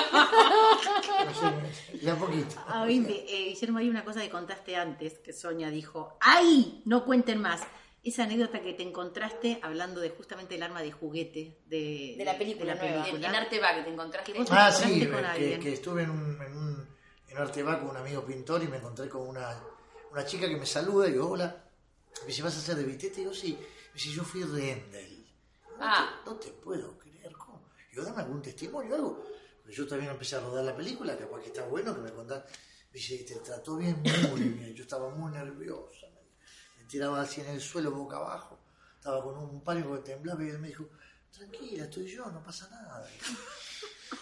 [SPEAKER 4] no sé, de a poquito.
[SPEAKER 1] Ah, oíme, eh, Guillermo, hay una cosa que contaste antes, que Sonia dijo, ¡ay! No cuenten más. Esa anécdota que te encontraste hablando de justamente el arma de juguete de,
[SPEAKER 2] De la película nueva.
[SPEAKER 3] En, en Arte va que te encontraste.
[SPEAKER 1] Que vos-
[SPEAKER 4] Ah,
[SPEAKER 1] ¿Te
[SPEAKER 4] sí,
[SPEAKER 1] encontraste con
[SPEAKER 4] que-
[SPEAKER 1] alguien?
[SPEAKER 4] que estuve en un, en un en Arteba con un amigo pintor y me encontré con una, una chica que me saluda y digo, hola. Me dice, ¿vas a hacer de Vitete? Y digo, sí. Me dice, yo fui rehén de él. No,
[SPEAKER 3] Ah.
[SPEAKER 4] te, no te puedo creer, ¿cómo? Y yo, dame algún testimonio, algo. Porque yo también empecé a rodar la película, capaz que está bueno que me contás. Me dice, te trató bien, muy bien. Yo estaba muy nerviosa. Me, me tiraba así en el suelo, boca abajo. estaba con un pánico que temblaba y él me dijo, tranquila, estoy yo, no pasa nada.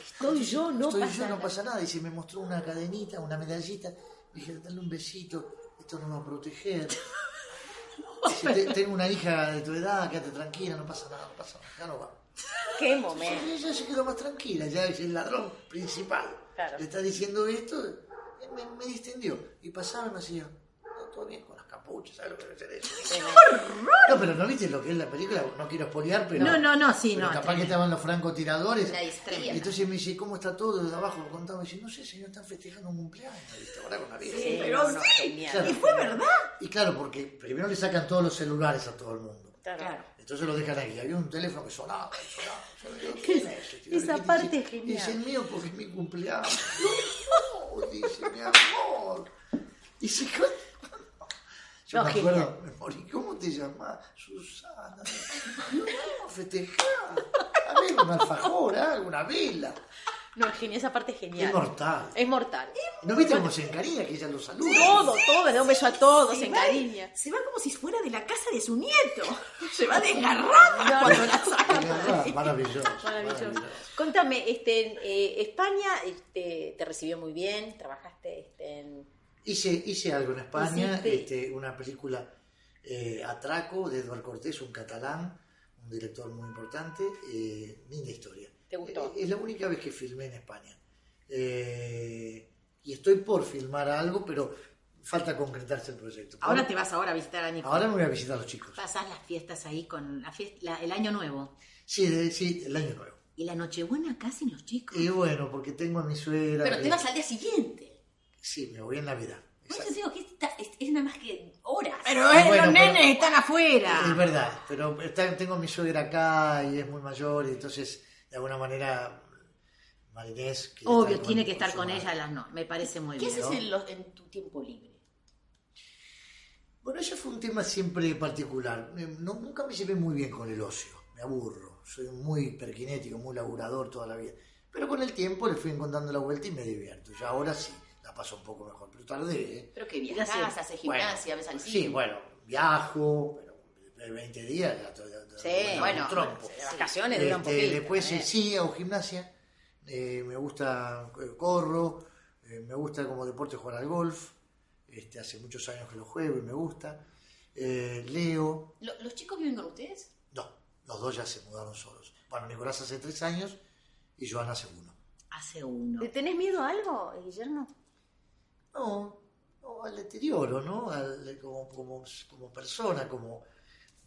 [SPEAKER 2] Estoy yo, no
[SPEAKER 4] estoy
[SPEAKER 2] pasa
[SPEAKER 4] yo, no
[SPEAKER 2] nada.
[SPEAKER 4] pasa nada. Y se me mostró una cadenita, una medallita. Me dije, dale un besito, esto nos va a proteger. Si te- tengo una hija de tu edad, quédate tranquila, no pasa nada, no pasa nada, ya no va.
[SPEAKER 2] Qué momento.
[SPEAKER 4] Y ella se quedó más tranquila, ya es el ladrón principal.
[SPEAKER 2] Claro.
[SPEAKER 4] Le está diciendo esto, eh, me, me distendió. Y pasaba y me hacía, no, todo bien con las capuchas, ¿sabes lo que debe ser eso? No, pero no viste lo que es la película, no quiero espolear, pero.
[SPEAKER 1] No, no, no, sí,
[SPEAKER 4] pero
[SPEAKER 1] no,
[SPEAKER 4] Capaz que estaban los francotiradores.
[SPEAKER 1] La distraía.
[SPEAKER 4] Y entonces me dice, ¿cómo está todo desde abajo? Contaba, me dice, no sé, señor, están festejando un cumpleaños. ¿viste? Ahora con la vida.
[SPEAKER 2] Sí,
[SPEAKER 1] Pero
[SPEAKER 2] no, no,
[SPEAKER 1] sí.
[SPEAKER 2] genial.
[SPEAKER 4] Claro.
[SPEAKER 1] Y fue verdad.
[SPEAKER 4] Y claro, porque primero le sacan todos los celulares a todo el mundo.
[SPEAKER 2] Claro.
[SPEAKER 4] Entonces lo dejan ahí. Había un teléfono que sonaba, y sonaba. sonaba. Yo,
[SPEAKER 1] ¿Qué es?
[SPEAKER 4] ¿quién es este?
[SPEAKER 1] Esa
[SPEAKER 4] Y dice,
[SPEAKER 1] parte es genial.
[SPEAKER 4] Dice el mío porque es mi cumpleaños. Yo, no, dice mi amor. Dice, ¿cuál? Yo
[SPEAKER 2] No,
[SPEAKER 4] me
[SPEAKER 2] genial.
[SPEAKER 4] acuerdo, me morí. ¿Cómo te llamás? Susana. Yo, no, festejá. A ver, un alfajor, algo, una vela.
[SPEAKER 2] No, es genial, esa parte es genial.
[SPEAKER 4] Es mortal.
[SPEAKER 2] Es mortal.
[SPEAKER 4] ¿No viste cómo se encariña que ella lo saluda?
[SPEAKER 2] Todo, todo, le da un beso a todos, se
[SPEAKER 1] va-
[SPEAKER 2] encariña.
[SPEAKER 1] se va como si fuera de la casa de su nieto. Se va desgarrada cuando la saca.
[SPEAKER 4] Es verdad, Maravilloso.
[SPEAKER 2] Maravilloso.
[SPEAKER 4] maravilloso.
[SPEAKER 2] Contame, este, en, eh, España este, te recibió muy bien, trabajaste este, en...
[SPEAKER 4] Hice, hice algo en España,
[SPEAKER 2] Hiciste-
[SPEAKER 4] este, una película eh, Atraco de Eduardo Cortés, un catalán, un director muy importante, eh, linda historia.
[SPEAKER 2] ¿Te gustó?
[SPEAKER 4] Eh, Es, la única vez que filmé en España. Eh, y estoy por filmar algo, pero falta concretarse el proyecto.
[SPEAKER 1] Ahora te vas ahora a visitar a Nico.
[SPEAKER 4] Ahora me voy a visitar a los chicos.
[SPEAKER 1] Pasas las fiestas ahí con la fies- la- el año nuevo.
[SPEAKER 4] Sí, de- sí, el año nuevo.
[SPEAKER 1] Y la nochebuena casi los chicos.
[SPEAKER 4] Y bueno, porque tengo a mi suegra.
[SPEAKER 3] Pero te
[SPEAKER 4] eh,
[SPEAKER 3] vas al día siguiente.
[SPEAKER 4] Sí, me voy en Navidad.
[SPEAKER 3] Por eso
[SPEAKER 4] exacto.
[SPEAKER 3] te digo que esta- es, es nada más que horas.
[SPEAKER 1] eh,
[SPEAKER 4] Bueno,
[SPEAKER 1] los
[SPEAKER 4] pero-
[SPEAKER 1] nenes están
[SPEAKER 4] Es
[SPEAKER 1] afuera.
[SPEAKER 4] verdad, pero está- tengo a mi suegra acá y es muy mayor, y entonces de alguna manera Marinés. quiere
[SPEAKER 1] Obvio,
[SPEAKER 4] estar con-
[SPEAKER 1] tiene que estar
[SPEAKER 4] su
[SPEAKER 1] con
[SPEAKER 4] madre.
[SPEAKER 1] ella a las no. Me parece muy
[SPEAKER 3] ¿Qué
[SPEAKER 1] bien.
[SPEAKER 3] haces en, los- en tu tiempo libre?
[SPEAKER 4] Bueno, ese fue un tema siempre particular. Eh, no- nunca me llevé muy bien con el ocio, me aburro. Soy muy hiperkinético, muy laburador toda la vida. Pero con el tiempo le fui encontrando la vuelta y me divierto. Ya ahora sí, la paso un poco mejor, pero tardé. ¿eh?
[SPEAKER 3] Pero que
[SPEAKER 1] Mira,
[SPEAKER 3] viajas,
[SPEAKER 1] sí.
[SPEAKER 3] haces gimnasia, ves al cine.
[SPEAKER 4] Sí, bueno, viajo, pero 20 días ya estoy.
[SPEAKER 2] Sí,
[SPEAKER 4] me da un
[SPEAKER 2] bueno,
[SPEAKER 4] trompo.
[SPEAKER 2] las vacaciones duran
[SPEAKER 4] Este,
[SPEAKER 2] poquito,
[SPEAKER 4] Después
[SPEAKER 2] ¿eh?
[SPEAKER 4] eh, sí, hago gimnasia. eh, me gusta, eh, corro. eh, me gusta como deporte jugar al golf. Este, hace muchos años que lo juego y me gusta. eh, leo.
[SPEAKER 3] Lo- ¿Los chicos viven con ustedes?
[SPEAKER 4] No, los dos ya se mudaron solos. Bueno, Nicolás hace tres años y Joana hace uno.
[SPEAKER 1] Hace uno.
[SPEAKER 2] ¿Te tenés miedo a algo, Guillermo?
[SPEAKER 4] No, no, al deterioro, ¿no? Al- eh, como, como, como persona, como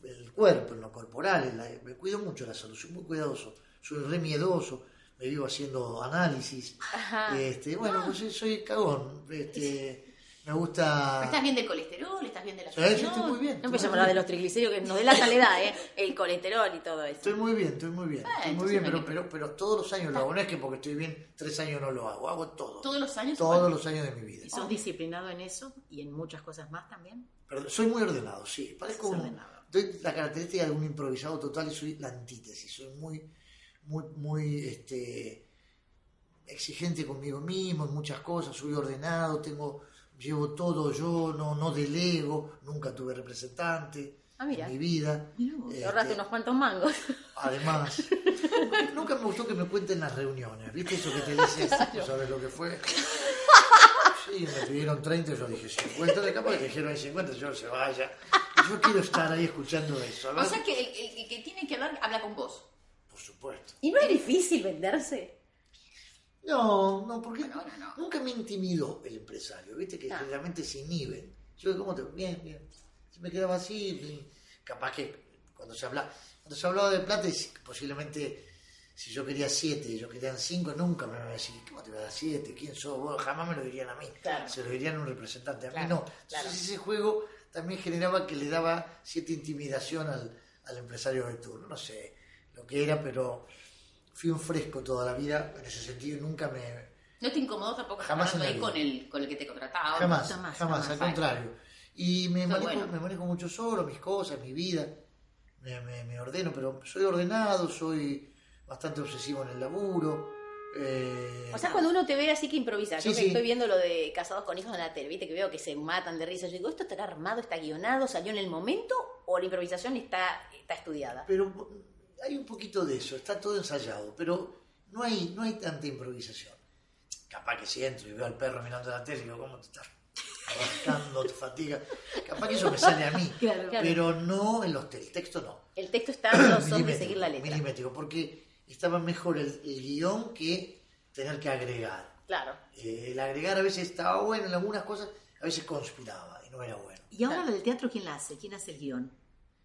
[SPEAKER 4] el cuerpo, en lo corporal. en la- me cuido mucho de la salud, soy muy cuidadoso, soy re miedoso, me vivo haciendo análisis.
[SPEAKER 3] Ah.
[SPEAKER 4] Este, bueno, pues soy, soy cagón. Este, me
[SPEAKER 3] ¿Estás
[SPEAKER 4] gusta...
[SPEAKER 3] bien del colesterol? ¿Estás bien de la
[SPEAKER 4] Sí, sí,
[SPEAKER 3] presión?
[SPEAKER 4] Eh, estoy muy bien.
[SPEAKER 2] No
[SPEAKER 4] estoy muy
[SPEAKER 2] empecemos a hablar de
[SPEAKER 4] bien.
[SPEAKER 2] los triglicéridos que nos delata la edad, ¿eh? El colesterol y todo eso.
[SPEAKER 4] Estoy muy bien, estoy muy bien. estoy muy
[SPEAKER 3] Ah, entonces
[SPEAKER 4] bien,
[SPEAKER 3] no hay
[SPEAKER 4] pero,
[SPEAKER 3] que-
[SPEAKER 4] pero, pero todos los años lo hago. No es que porque estoy bien, tres años no lo hago. Hago todo.
[SPEAKER 3] ¿Todos los años?
[SPEAKER 4] Todos los años de mi vida.
[SPEAKER 1] ¿Y sos disciplinado en eso y en muchas cosas más también?
[SPEAKER 4] Perdón, soy muy ordenado, sí. Parezco
[SPEAKER 1] Sos
[SPEAKER 4] un-
[SPEAKER 1] ordenado.
[SPEAKER 4] doy la característica de un improvisado total y soy la antítesis. Soy muy, muy, muy este, exigente conmigo mismo en muchas cosas. Soy ordenado, tengo, llevo todo yo, no, no delego. Nunca tuve representante
[SPEAKER 2] Ah, mira.
[SPEAKER 4] en mi vida.
[SPEAKER 1] Mira vos.
[SPEAKER 4] Este,
[SPEAKER 2] Te ahorraste unos cuantos mangos.
[SPEAKER 4] Además, nunca- nunca me gustó que me cuenten las reuniones. ¿Viste eso que te dices? ¿No sabes lo que fue? Sí, me pidieron 30 y yo dije 50. De capaz que dijeron hay 50, yo se vaya. Yo quiero estar ahí escuchando eso.
[SPEAKER 3] O
[SPEAKER 4] ¿verdad?
[SPEAKER 3] sea que el, el- el que tiene que hablar, habla con vos.
[SPEAKER 4] Por supuesto.
[SPEAKER 2] ¿Y no es difícil venderse?
[SPEAKER 4] No, no, porque
[SPEAKER 3] Bueno, bueno, no.
[SPEAKER 4] nunca me intimidó el empresario, viste que
[SPEAKER 2] Claro.
[SPEAKER 4] generalmente se inhiben. Yo, ¿cómo te.? Bien, bien. Se me quedaba así. bien. Capaz que cuando se hablaba, cuando se hablaba de plata, es- posiblemente si yo quería siete y yo querían cinco, nunca me iban a decir, ¿cómo te voy a dar siete? ¿Quién sos vos? Jamás me lo dirían a mí.
[SPEAKER 2] Claro.
[SPEAKER 4] Se lo dirían a un representante. A mí
[SPEAKER 2] Claro,
[SPEAKER 4] no. Entonces
[SPEAKER 2] claro.
[SPEAKER 4] ese juego también generaba que le daba cierta intimidación al, al empresario de turno. No sé lo que era, pero fui un fresco toda la vida en ese sentido y nunca me
[SPEAKER 3] ¿No te incomodó tampoco
[SPEAKER 4] Jamás en
[SPEAKER 3] hablando ahí
[SPEAKER 4] la
[SPEAKER 3] con
[SPEAKER 4] vida.
[SPEAKER 3] el, con el que te
[SPEAKER 2] Ah,
[SPEAKER 3] contrataba?
[SPEAKER 1] jamás,
[SPEAKER 4] jamás jamás,
[SPEAKER 1] jamás.
[SPEAKER 4] al contrario y me
[SPEAKER 3] Qué
[SPEAKER 4] manejo,
[SPEAKER 3] bueno.
[SPEAKER 4] me manejo mucho solo mis cosas mi vida me, me- me ordeno pero soy ordenado soy bastante obsesivo en el laburo eh,
[SPEAKER 2] O sea, cuando uno te ve así que improvisa, yo que
[SPEAKER 4] Sí, sí.
[SPEAKER 2] estoy viendo lo de casados con hijos en la tele, viste que veo que se matan de risa, yo digo, esto estará armado, está guionado, salió en el momento o la improvisación está, está estudiada.
[SPEAKER 4] Pero hay un poquito de eso, está todo ensayado, pero no hay, no hay tanta improvisación. Capaz que si entro y veo al perro mirando la tele y digo, ¿cómo te estás arrastrando, te fatiga? Capaz que eso me sale a mí,
[SPEAKER 1] Claro.
[SPEAKER 2] Claro.
[SPEAKER 4] pero no en los textos, el texto no.
[SPEAKER 2] El texto está a dos son de
[SPEAKER 4] Milimétrico,
[SPEAKER 2] seguir la letra.
[SPEAKER 4] milimétrico, porque estaba mejor el, el guión que tener que agregar.
[SPEAKER 2] Claro.
[SPEAKER 4] Eh, el agregar a veces estaba bueno en algunas cosas, a veces conspiraba y no era bueno.
[SPEAKER 1] Y ahora lo del teatro, ¿quién la hace? ¿Quién hace el guión?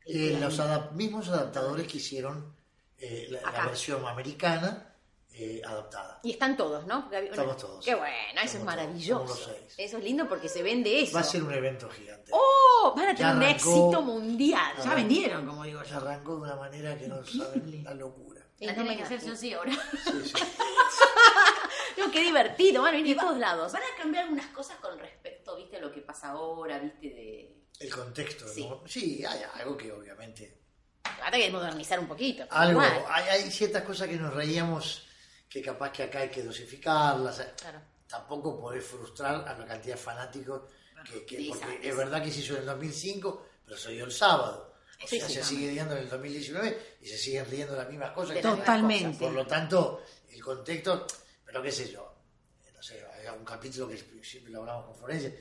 [SPEAKER 1] El
[SPEAKER 4] Eh,
[SPEAKER 1] guion.
[SPEAKER 4] los adap- mismos adaptadores que hicieron eh, la, la
[SPEAKER 2] Acá.
[SPEAKER 4] versión americana eh, adaptada.
[SPEAKER 2] Y están todos, ¿no? Gaby- una-
[SPEAKER 4] Estamos todos.
[SPEAKER 2] Qué bueno, eso
[SPEAKER 4] Estamos
[SPEAKER 2] es
[SPEAKER 4] todos,
[SPEAKER 2] maravilloso.
[SPEAKER 4] somos los seis.
[SPEAKER 2] Eso es lindo porque se vende eso.
[SPEAKER 4] Va a ser un evento gigante.
[SPEAKER 2] ¡Oh! Van a
[SPEAKER 4] Ya
[SPEAKER 2] tener un
[SPEAKER 4] arrancó.
[SPEAKER 2] éxito mundial.
[SPEAKER 1] Ya vendieron, como digo
[SPEAKER 4] Se
[SPEAKER 1] yo.
[SPEAKER 4] arrancó de una manera que no saben la locura.
[SPEAKER 3] La
[SPEAKER 2] no me
[SPEAKER 3] tienen que hacer sí
[SPEAKER 2] imagino.
[SPEAKER 3] o sí ahora.
[SPEAKER 4] Sí, sí.
[SPEAKER 2] No, qué divertido, van a venir de todos lados.
[SPEAKER 3] Van a cambiar algunas cosas con respecto, viste, a lo que pasa ahora, viste, de...
[SPEAKER 4] El contexto. ¿no?
[SPEAKER 3] Sí.
[SPEAKER 4] Sí. hay algo que obviamente...
[SPEAKER 2] Ahora hay que modernizar un poquito. pero
[SPEAKER 4] Algo,
[SPEAKER 2] igual.
[SPEAKER 4] hay, hay ciertas cosas que nos reíamos que capaz que acá hay que dosificarlas.
[SPEAKER 2] Claro.
[SPEAKER 4] Tampoco poder frustrar a la cantidad de fanáticos que, que-
[SPEAKER 3] Sí,
[SPEAKER 4] porque
[SPEAKER 3] sabes.
[SPEAKER 4] es verdad que se hizo en el 2005, pero se dio el sábado. O
[SPEAKER 2] Sí,
[SPEAKER 4] sea,
[SPEAKER 2] sí,
[SPEAKER 4] se
[SPEAKER 2] no.
[SPEAKER 4] sigue riendo en el 2019 y se siguen riendo las mismas cosas.
[SPEAKER 2] De
[SPEAKER 4] que-
[SPEAKER 2] las mismas
[SPEAKER 1] Totalmente.
[SPEAKER 2] cosas.
[SPEAKER 4] Por lo tanto, el contexto, pero qué sé yo, no sé, hay un capítulo que siempre lo hablamos con Florencia,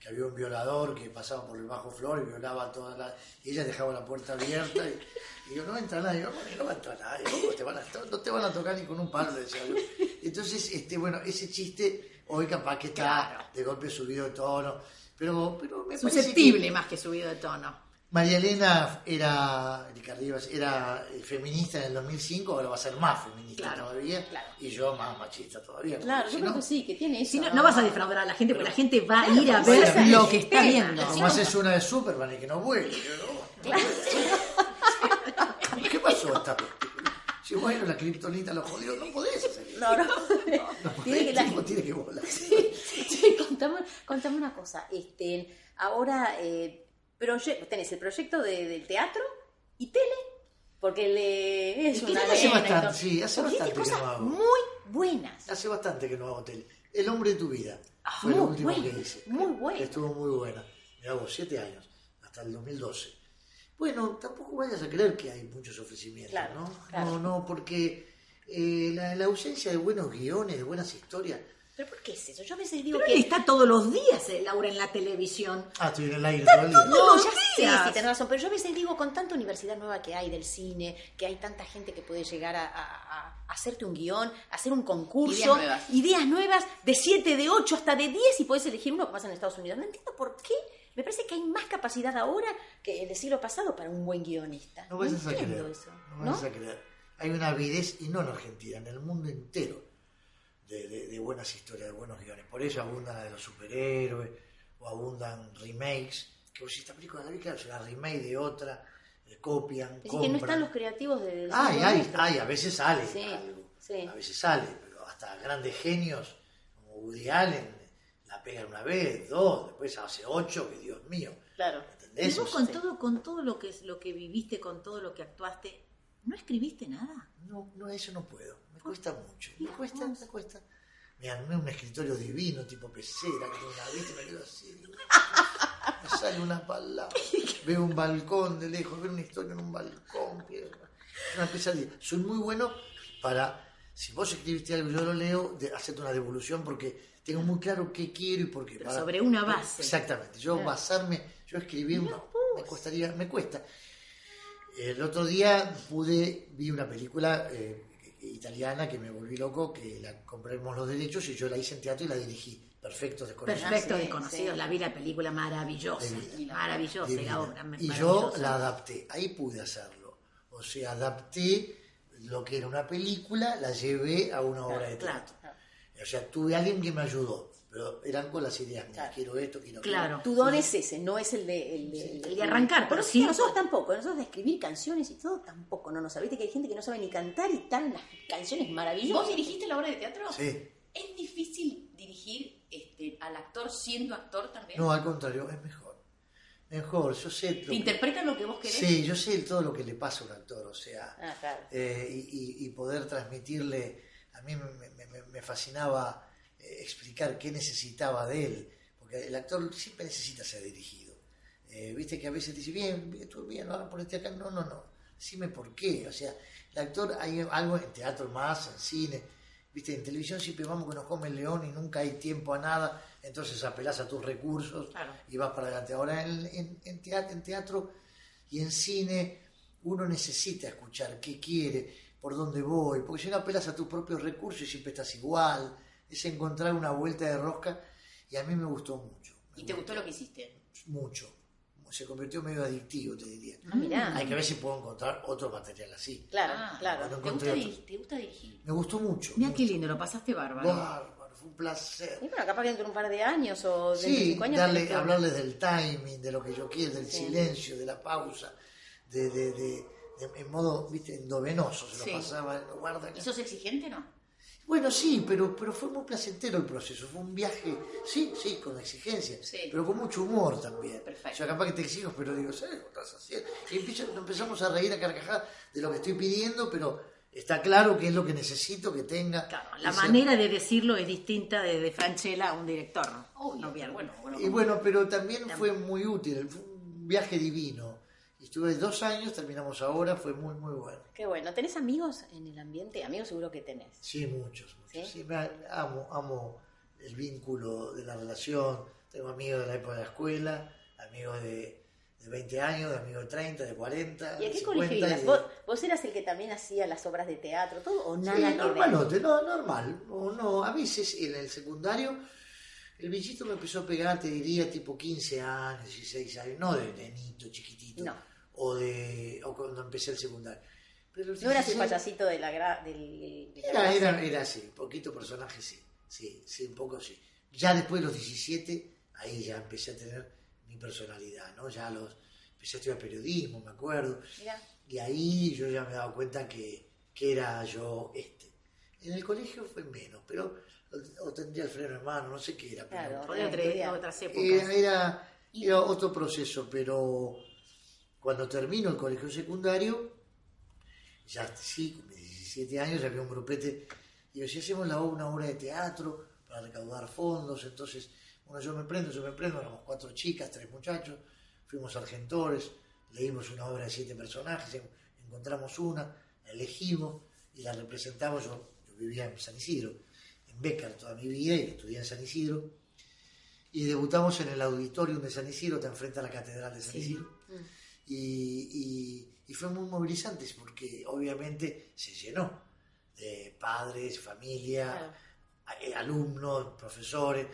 [SPEAKER 4] que había un violador que pasaba por el Bajo Flor y violaba todas las... Y ella dejaba la puerta abierta y, y yo, no entra nadie, yo, "Bueno, no va a entrar nadie, ¿cómo te van a to- no te van a tocar ni con un palo, decía yo. Entonces, este, bueno, ese chiste hoy capaz que está
[SPEAKER 1] Claro.
[SPEAKER 4] de golpe subido de tono, pero, pero me parece que-
[SPEAKER 1] Susceptible más que subido de tono.
[SPEAKER 4] María Elena era, Ricardo Rivas, era eh, feminista en el 2005, ahora va a ser más feminista
[SPEAKER 1] Claro,
[SPEAKER 4] todavía. Y yo más machista todavía.
[SPEAKER 2] Claro,
[SPEAKER 4] porque
[SPEAKER 2] yo
[SPEAKER 4] si
[SPEAKER 2] creo
[SPEAKER 4] no,
[SPEAKER 2] que sí, que tiene eso.
[SPEAKER 1] Si no, no vas a defraudar a la gente, porque la gente va a ir a
[SPEAKER 4] porque
[SPEAKER 1] ver
[SPEAKER 4] ese es
[SPEAKER 1] lo
[SPEAKER 4] el
[SPEAKER 1] que está
[SPEAKER 2] tema.
[SPEAKER 1] viendo.
[SPEAKER 2] Sí,
[SPEAKER 4] Como haces una de Superman y que no vuelve. ¿no? ¿Qué pasó esta vez? Si bueno, la kriptonita lo jodió, no podés hacer eso.
[SPEAKER 2] No, no.
[SPEAKER 4] No podés,
[SPEAKER 2] Tiene que la-
[SPEAKER 4] el tipo tiene que volar.
[SPEAKER 2] Sí, contame, contame una cosa. Este, ahora eh, proye- tenés el proyecto de- del teatro y tele, porque le es
[SPEAKER 4] Y
[SPEAKER 2] una
[SPEAKER 4] tele hace
[SPEAKER 2] nena,
[SPEAKER 4] bastante,
[SPEAKER 2] entonces-
[SPEAKER 4] sí, hace
[SPEAKER 2] porque tiene
[SPEAKER 4] bastante que
[SPEAKER 2] cosas
[SPEAKER 4] no hago.
[SPEAKER 2] muy buenas.
[SPEAKER 4] Hace bastante que no hago tele. El hombre de tu vida
[SPEAKER 2] Ah,
[SPEAKER 4] fue lo
[SPEAKER 2] muy
[SPEAKER 4] último
[SPEAKER 2] buena,
[SPEAKER 4] que hice.
[SPEAKER 2] muy buena.
[SPEAKER 4] Estuvo muy buena. Me hago siete años, hasta el 2012. Bueno, tampoco vayas a creer que hay muchos ofrecimientos,
[SPEAKER 2] Claro,
[SPEAKER 4] ¿no?
[SPEAKER 2] claro.
[SPEAKER 4] No, no, porque eh, la, la ausencia de buenos guiones, de buenas historias.
[SPEAKER 2] Pero ¿por qué es eso? Yo a veces digo
[SPEAKER 1] Pero él
[SPEAKER 2] que
[SPEAKER 1] está todos los días, eh, Laura, en la televisión.
[SPEAKER 4] Ah, estoy en el aire todo el día.
[SPEAKER 2] No,
[SPEAKER 1] todos
[SPEAKER 2] ya
[SPEAKER 1] los
[SPEAKER 2] sé,
[SPEAKER 1] días.
[SPEAKER 2] sí, tenés razón, pero yo a veces digo, con tanta universidad nueva que hay del cine, que hay tanta gente que puede llegar a, a- a hacerte un guión, hacer un concurso,
[SPEAKER 3] Ideas nuevas.
[SPEAKER 2] ideas nuevas de 7, de 8, hasta de 10 y podés elegir uno que pasa en Estados Unidos. No entiendo por qué. Me parece que hay más capacidad ahora que en el siglo pasado para un buen guionista.
[SPEAKER 4] No vayas a
[SPEAKER 2] entiendo
[SPEAKER 4] creer.
[SPEAKER 2] eso.
[SPEAKER 4] No
[SPEAKER 2] ¿no?
[SPEAKER 4] vayas a creer. Hay una avidez, y no en Argentina, en el mundo entero, de, de- de buenas historias, de buenos guiones. Por eso abundan la de los superhéroes, o abundan remakes. Que vos decís, esta película la vi, claro, es una remake de otra, eh, copian,
[SPEAKER 2] Es decir, que no están
[SPEAKER 4] compran.
[SPEAKER 2] los creativos de- del
[SPEAKER 4] Ay,
[SPEAKER 2] siglo
[SPEAKER 4] ay,
[SPEAKER 2] nuestro.
[SPEAKER 4] ay, a veces sale
[SPEAKER 2] Sí,
[SPEAKER 4] algo.
[SPEAKER 2] sí.
[SPEAKER 4] A veces sale, pero hasta grandes genios como Woody Allen la pegan una vez, dos, después hace ocho, que Dios mío.
[SPEAKER 2] Claro.
[SPEAKER 1] Y
[SPEAKER 4] ¿Entendés?
[SPEAKER 1] vos
[SPEAKER 4] O
[SPEAKER 1] con
[SPEAKER 4] sea,
[SPEAKER 1] todo, con todo lo que, lo que viviste, con todo lo que actuaste, ¿no escribiste nada?
[SPEAKER 4] No, no, eso no puedo.
[SPEAKER 1] Ah,
[SPEAKER 4] Me cuesta mucho. Me cuesta, me cuesta. Me armé un escritorio divino, tipo pecera, que tengo una vista y me quedo así. digo, No sale una palabra. Veo un balcón de lejos, veo una historia en un balcón. pienso, Es una pesadilla. Soy muy bueno para, si vos escribiste algo, yo lo leo, de, hacerte una devolución porque tengo muy claro qué quiero y por qué.
[SPEAKER 1] Pero
[SPEAKER 4] para-
[SPEAKER 1] sobre una base.
[SPEAKER 4] Exactamente. Yo basarme, yo escribir, no. Me costaría, me cuesta. El otro día pude, vi una película eh, italiana que me volví loco, que la compramos los derechos y yo la hice en teatro y la dirigí. Perfecto, desconocido.
[SPEAKER 1] Perfecto,
[SPEAKER 2] sí,
[SPEAKER 1] desconocidos.
[SPEAKER 2] sí.
[SPEAKER 1] La vi la película maravillosa.
[SPEAKER 4] Divina.
[SPEAKER 1] Maravillosa, y la
[SPEAKER 4] Divina.
[SPEAKER 1] obra.
[SPEAKER 4] Y
[SPEAKER 1] maravillosa.
[SPEAKER 4] yo la adapté, ahí pude hacerlo. O sea, adapté lo que era una película, la llevé a una obra de
[SPEAKER 1] claro,
[SPEAKER 4] teatro. O sea, tuve alguien que me ayudó, pero eran con las ideas mías. Quiero esto, quiero aquello.
[SPEAKER 1] Claro.
[SPEAKER 2] Tu don es ese, no es el de, el de,
[SPEAKER 1] el de arrancar, pero
[SPEAKER 2] Pero
[SPEAKER 1] sí.
[SPEAKER 2] nosotros tampoco, nosotros de escribir canciones y todo tampoco, no nos sabiste que hay gente que no sabe ni cantar y tan las canciones maravillosas.
[SPEAKER 3] ¿Vos dirigiste la obra de teatro?
[SPEAKER 4] Sí.
[SPEAKER 3] ¿Es difícil dirigir este, al actor siendo actor también?
[SPEAKER 4] No, al contrario, es mejor. Mejor, yo sé. lo
[SPEAKER 3] ¿Te
[SPEAKER 4] que-
[SPEAKER 3] interpreta lo que vos querés?
[SPEAKER 4] Sí, yo sé todo lo que le pasa a un actor, o sea,
[SPEAKER 2] Ah, claro.
[SPEAKER 4] eh, y, y- y poder transmitirle, a mí me, me- me- me fascinaba eh, explicar qué necesitaba de él, porque el actor siempre necesita ser dirigido. Eh, Viste que a veces dice, bien, bien, estuvo bien, ahora ponete acá. No, no, no. Decime por qué. O sea, el actor, hay algo en teatro más, en cine. Viste, en televisión siempre vamos que nos come el león y nunca hay tiempo a nada. Entonces apelás a tus recursos
[SPEAKER 1] Claro.
[SPEAKER 4] y vas para adelante. Ahora en, en- en teatro, en teatro y en cine uno necesita escuchar qué quiere, por dónde voy, porque si no apelas a tus propios recursos y siempre estás igual. Es encontrar una vuelta de rosca y a mí me gustó mucho. Me
[SPEAKER 2] ¿Y te gustó lo que hiciste?
[SPEAKER 4] mucho. Se convirtió medio adictivo, te diría.
[SPEAKER 2] Ah, mirá.
[SPEAKER 4] Hay que ver si puedo encontrar otro material así.
[SPEAKER 2] Claro,
[SPEAKER 3] Ah,
[SPEAKER 2] claro.
[SPEAKER 4] bueno.
[SPEAKER 3] ¿Te gusta,
[SPEAKER 4] encontré
[SPEAKER 3] dir-
[SPEAKER 4] otro.
[SPEAKER 3] te gusta dirigir?
[SPEAKER 4] Me gustó mucho.
[SPEAKER 1] Mira qué lindo, lo pasaste bárbaro.
[SPEAKER 4] Bárbaro, fue un placer.
[SPEAKER 2] Y bueno, capaz que dentro de un par de años o de
[SPEAKER 4] Sí,
[SPEAKER 2] cinco años. tenés
[SPEAKER 4] darle,
[SPEAKER 2] que-
[SPEAKER 4] hablarles del timing, de lo que yo quiero, del silencio, de la pausa, de, de, de- de- en modo, viste, endovenoso se lo
[SPEAKER 1] Sí.
[SPEAKER 4] pasaba, lo guarda.
[SPEAKER 3] ¿Y sos exigente o no?
[SPEAKER 4] Bueno, sí, pero, pero fue muy placentero el proceso, fue un viaje, sí, sí, con exigencia,
[SPEAKER 3] Sí.
[SPEAKER 4] pero con mucho humor también.
[SPEAKER 3] Perfecto.
[SPEAKER 4] Yo capaz que te exijo, pero digo, ¿sabes lo que estás haciendo? Y empiezo- nos empezamos a reír a carcajadas de lo que estoy pidiendo, pero está claro que es lo que necesito que tenga.
[SPEAKER 1] Claro, la
[SPEAKER 4] Ese-
[SPEAKER 1] manera de decirlo es distinta de, de Franchella a un director. ¿no? No, bien.
[SPEAKER 3] bueno, bueno.
[SPEAKER 4] Y bueno, pero también fue muy útil, fue un viaje divino. Y Estuve dos años, terminamos ahora, fue muy, muy bueno.
[SPEAKER 2] Qué bueno. ¿Tenés amigos en el ambiente? Amigos seguro que tenés.
[SPEAKER 4] Sí, muchos, muchos.
[SPEAKER 2] ¿Sí?
[SPEAKER 4] Sí, me amo, amo el vínculo de la relación. Tengo amigos de la época de la escuela, amigos de, de 20 años, de amigos de 30, de 40.
[SPEAKER 2] ¿Y a
[SPEAKER 4] de
[SPEAKER 2] qué
[SPEAKER 4] 50,
[SPEAKER 2] colegio ibas?
[SPEAKER 4] y de-
[SPEAKER 2] ¿Vos, vos eras el que también hacía las obras de teatro, todo o nada
[SPEAKER 4] Sí,
[SPEAKER 2] que ver?
[SPEAKER 4] normalote, no, normal. O no, a veces en el secundario el bichito me empezó a pegar, te diría, tipo 15 años, 16 años, no de nenito chiquitito.
[SPEAKER 2] No.
[SPEAKER 4] O, de, o cuando empecé el secundario. Pero los
[SPEAKER 2] No eras el
[SPEAKER 4] 16
[SPEAKER 2] payasito de la gra- del, de la
[SPEAKER 4] Era,
[SPEAKER 2] gracia.
[SPEAKER 4] era, era así, poquito personaje sí, sí, sí, un poco sí. Ya después de los 17, ahí ya empecé a tener mi personalidad, ¿no? Ya los, empecé a estudiar periodismo, me acuerdo,
[SPEAKER 2] Mirá.
[SPEAKER 4] y ahí yo ya me he dado cuenta que, que era yo este. En el colegio fue menos, pero, o, o tendría el freno en mano, no sé qué era. pero-
[SPEAKER 2] Claro,
[SPEAKER 1] Fue de otra-
[SPEAKER 2] estudiar.
[SPEAKER 1] de otras épocas.
[SPEAKER 4] era, era, era otro proceso, pero cuando termino el colegio secundario, ya sí, con mis 17 años, ya había un grupete. Digo, si hacemos la, una obra de teatro para recaudar fondos, entonces, bueno, yo me prendo, yo me prendo, éramos cuatro chicas, tres muchachos, fuimos argentores, leímos una obra de siete personajes, en- encontramos una, la elegimos y la representamos. Yo, yo vivía en San Isidro, en Becar toda mi vida y estudié en San Isidro y debutamos en el auditorium de San Isidro, te enfrenta a la Catedral de San Isidro. Y, y- y fue muy movilizante porque obviamente se llenó de padres, familia, a- eh, alumnos, profesores.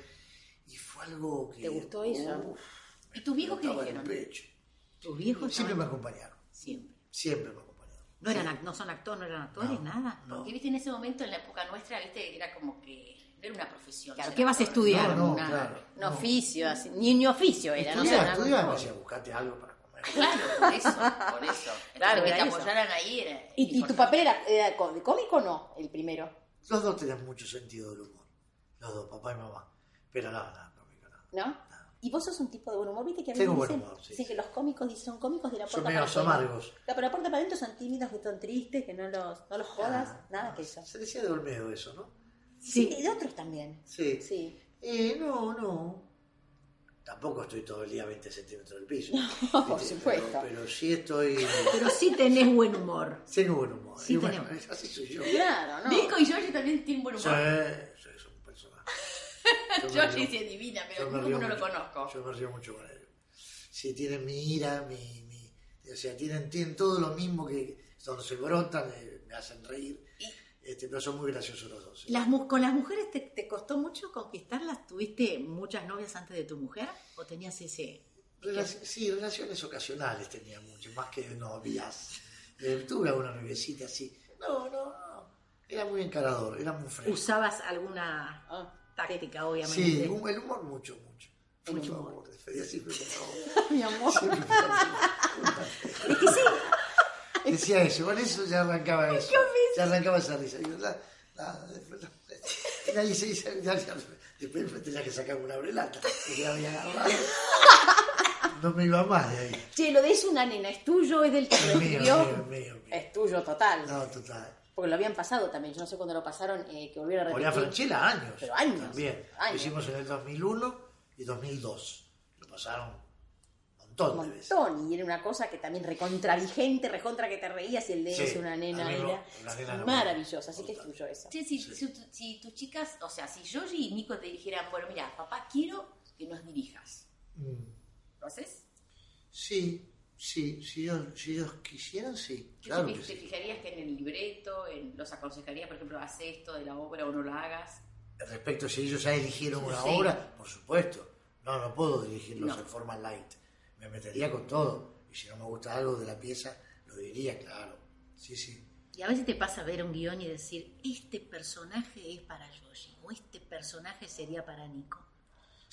[SPEAKER 4] Y fue algo que...
[SPEAKER 2] ¿Te gustó eso?
[SPEAKER 4] Uf,
[SPEAKER 3] ¿Y tus viejos qué
[SPEAKER 4] explotaba el
[SPEAKER 3] dijeron?
[SPEAKER 4] pecho.
[SPEAKER 1] Tus viejos
[SPEAKER 4] Siempre me
[SPEAKER 1] estaban-
[SPEAKER 4] acompañaron,
[SPEAKER 3] Siempre.
[SPEAKER 4] siempre me acompañaron.
[SPEAKER 1] no, eran, act- no son actores, no eran actores,
[SPEAKER 4] No,
[SPEAKER 1] nada.
[SPEAKER 4] no.
[SPEAKER 3] Porque viste en ese momento, en la época nuestra, viste, era como que no era una profesión.
[SPEAKER 1] Claro,
[SPEAKER 3] ser
[SPEAKER 1] ¿qué vas a
[SPEAKER 3] actor,
[SPEAKER 1] estudiar?
[SPEAKER 3] era
[SPEAKER 4] No, no,
[SPEAKER 3] una-
[SPEAKER 4] claro.
[SPEAKER 2] Un
[SPEAKER 4] no.
[SPEAKER 2] oficio, así. Ni, ni oficio ¿eh? era, no sé.
[SPEAKER 4] Estudiá,
[SPEAKER 2] una-
[SPEAKER 4] estudiá, me decía, buscate algo para comer.
[SPEAKER 3] Claro, por eso, por eso.
[SPEAKER 2] Claro,
[SPEAKER 3] Claro, que
[SPEAKER 2] era
[SPEAKER 3] te
[SPEAKER 2] eso.
[SPEAKER 3] apoyaran ahí era.
[SPEAKER 2] ¿Y, y tu
[SPEAKER 3] importante.
[SPEAKER 2] papel era, era có- cómico o no? El primero.
[SPEAKER 4] Los dos tenían mucho sentido del humor. Los dos, papá y mamá. Pero nada, no, no, no.
[SPEAKER 2] ¿No? Y vos sos un tipo de buen humor, viste que a veces
[SPEAKER 4] Tengo buen
[SPEAKER 2] dicen,
[SPEAKER 4] humor, sí,
[SPEAKER 2] dicen
[SPEAKER 4] sí.
[SPEAKER 2] que los cómicos dicen, son cómicos de la
[SPEAKER 4] Son
[SPEAKER 2] puerta para
[SPEAKER 4] medios
[SPEAKER 2] afuera.
[SPEAKER 4] amargos.
[SPEAKER 2] Claro, pero la puerta para adentro son tímidos, que son tristes, que no los, no los jodas,
[SPEAKER 4] Ah,
[SPEAKER 2] nada
[SPEAKER 4] no,
[SPEAKER 2] que eso.
[SPEAKER 4] Se decía de Olmedo eso, ¿no?
[SPEAKER 2] Sí.
[SPEAKER 1] Sí.
[SPEAKER 2] y de otros también.
[SPEAKER 4] Sí.
[SPEAKER 2] Sí.
[SPEAKER 4] Eh, no, no. Tampoco estoy todo el día 20 centímetros del piso.
[SPEAKER 2] por
[SPEAKER 4] ¿viste?
[SPEAKER 2] supuesto.
[SPEAKER 4] Pero, pero sí estoy.
[SPEAKER 1] Pero sí tenés buen humor.
[SPEAKER 4] Tengo buen humor.
[SPEAKER 1] Sí,
[SPEAKER 4] y bueno,
[SPEAKER 1] tenemos.
[SPEAKER 4] así soy yo.
[SPEAKER 2] Claro, ¿no?
[SPEAKER 3] Nico y Georgie también tienen buen
[SPEAKER 4] Sí,
[SPEAKER 3] humor.
[SPEAKER 4] sí, es un personaje.
[SPEAKER 3] Georgie sí es divina, pero
[SPEAKER 4] me
[SPEAKER 3] Nico
[SPEAKER 4] río
[SPEAKER 3] no lo
[SPEAKER 4] mucho.
[SPEAKER 3] conozco.
[SPEAKER 4] Yo me río mucho con ellos. Sí, tienen mi ira, mi. mi o sea, tienen, tienen todo lo mismo que cuando se brotan, eh, me hacen reír. Este, pero son muy graciosos los dos. sí.
[SPEAKER 1] Las, mu- ¿Con las mujeres te, te costó mucho conquistarlas? ¿Tuviste muchas novias antes de tu mujer? ¿O tenías ese...?
[SPEAKER 4] Relac- sí, relaciones ocasionales tenía mucho, más que novias. Eh, tuve alguna noviecita así. No, no, no. Era muy encarador, era muy fresco.
[SPEAKER 1] ¿Usabas alguna
[SPEAKER 2] Ah,
[SPEAKER 1] táctica, obviamente?
[SPEAKER 4] Sí, el humor, el humor mucho, mucho.
[SPEAKER 1] El
[SPEAKER 4] Mucho
[SPEAKER 1] humor.
[SPEAKER 4] humor. Defendía siempre con
[SPEAKER 2] mi amor.
[SPEAKER 4] Siempre con Decía eso, con eso ya arrancaba eso. Ya arrancaba esa risa. Y yo, la, la- después la- y la hice, hice- ya- ya- después me tenía que sacar una brelata. que la había agarrado. No me iba más de ahí.
[SPEAKER 2] Che, lo de es una nena, ¿es tuyo? ¿Es del que lo
[SPEAKER 4] Mío, mío,
[SPEAKER 2] escribió?
[SPEAKER 4] mío, mío.
[SPEAKER 2] Es tuyo total.
[SPEAKER 4] No, total.
[SPEAKER 2] Porque lo habían pasado también, yo no sé cuándo lo pasaron, eh, que volviera a repetir.
[SPEAKER 4] Olía Franchella años.
[SPEAKER 2] Pero años,
[SPEAKER 4] También.
[SPEAKER 2] años.
[SPEAKER 4] Lo hicimos en el 2001 y 2002. Lo pasaron un montón. montón de veces.
[SPEAKER 2] montón. Y era una cosa que también recontra vigente, recontra que te reías y el de
[SPEAKER 4] Sí,
[SPEAKER 2] es una nena.
[SPEAKER 4] a mí no,
[SPEAKER 2] era
[SPEAKER 4] una nena no.
[SPEAKER 2] maravillosa, así que es tuyo eso.
[SPEAKER 3] Sí, si,
[SPEAKER 4] Sí.
[SPEAKER 3] Si, tu- si tus chicas, o sea, si yo y Nico te dijeran, bueno, mira, papá, quiero que nos dirijas.
[SPEAKER 4] Mm.
[SPEAKER 3] ¿Lo haces?
[SPEAKER 4] Sí, sí, si ellos, si ellos quisieran, sí.
[SPEAKER 3] ¿Qué
[SPEAKER 4] Claro
[SPEAKER 3] te,
[SPEAKER 4] que
[SPEAKER 3] te
[SPEAKER 4] sí.
[SPEAKER 3] fijarías que en el libreto, en, los aconsejarías, por ejemplo, haz esto de la obra o no la hagas?
[SPEAKER 4] Respecto a si ellos ya eligieron una
[SPEAKER 3] Sí.
[SPEAKER 4] obra, por supuesto. No, no puedo dirigirlos
[SPEAKER 3] No.
[SPEAKER 4] en forma light. Me metería con todo. Y si no me gusta algo de la pieza, lo diría, claro. Sí, sí.
[SPEAKER 1] Y a veces te pasa ver un guión y decir, este personaje es para Yoshi, o este personaje sería para Nico.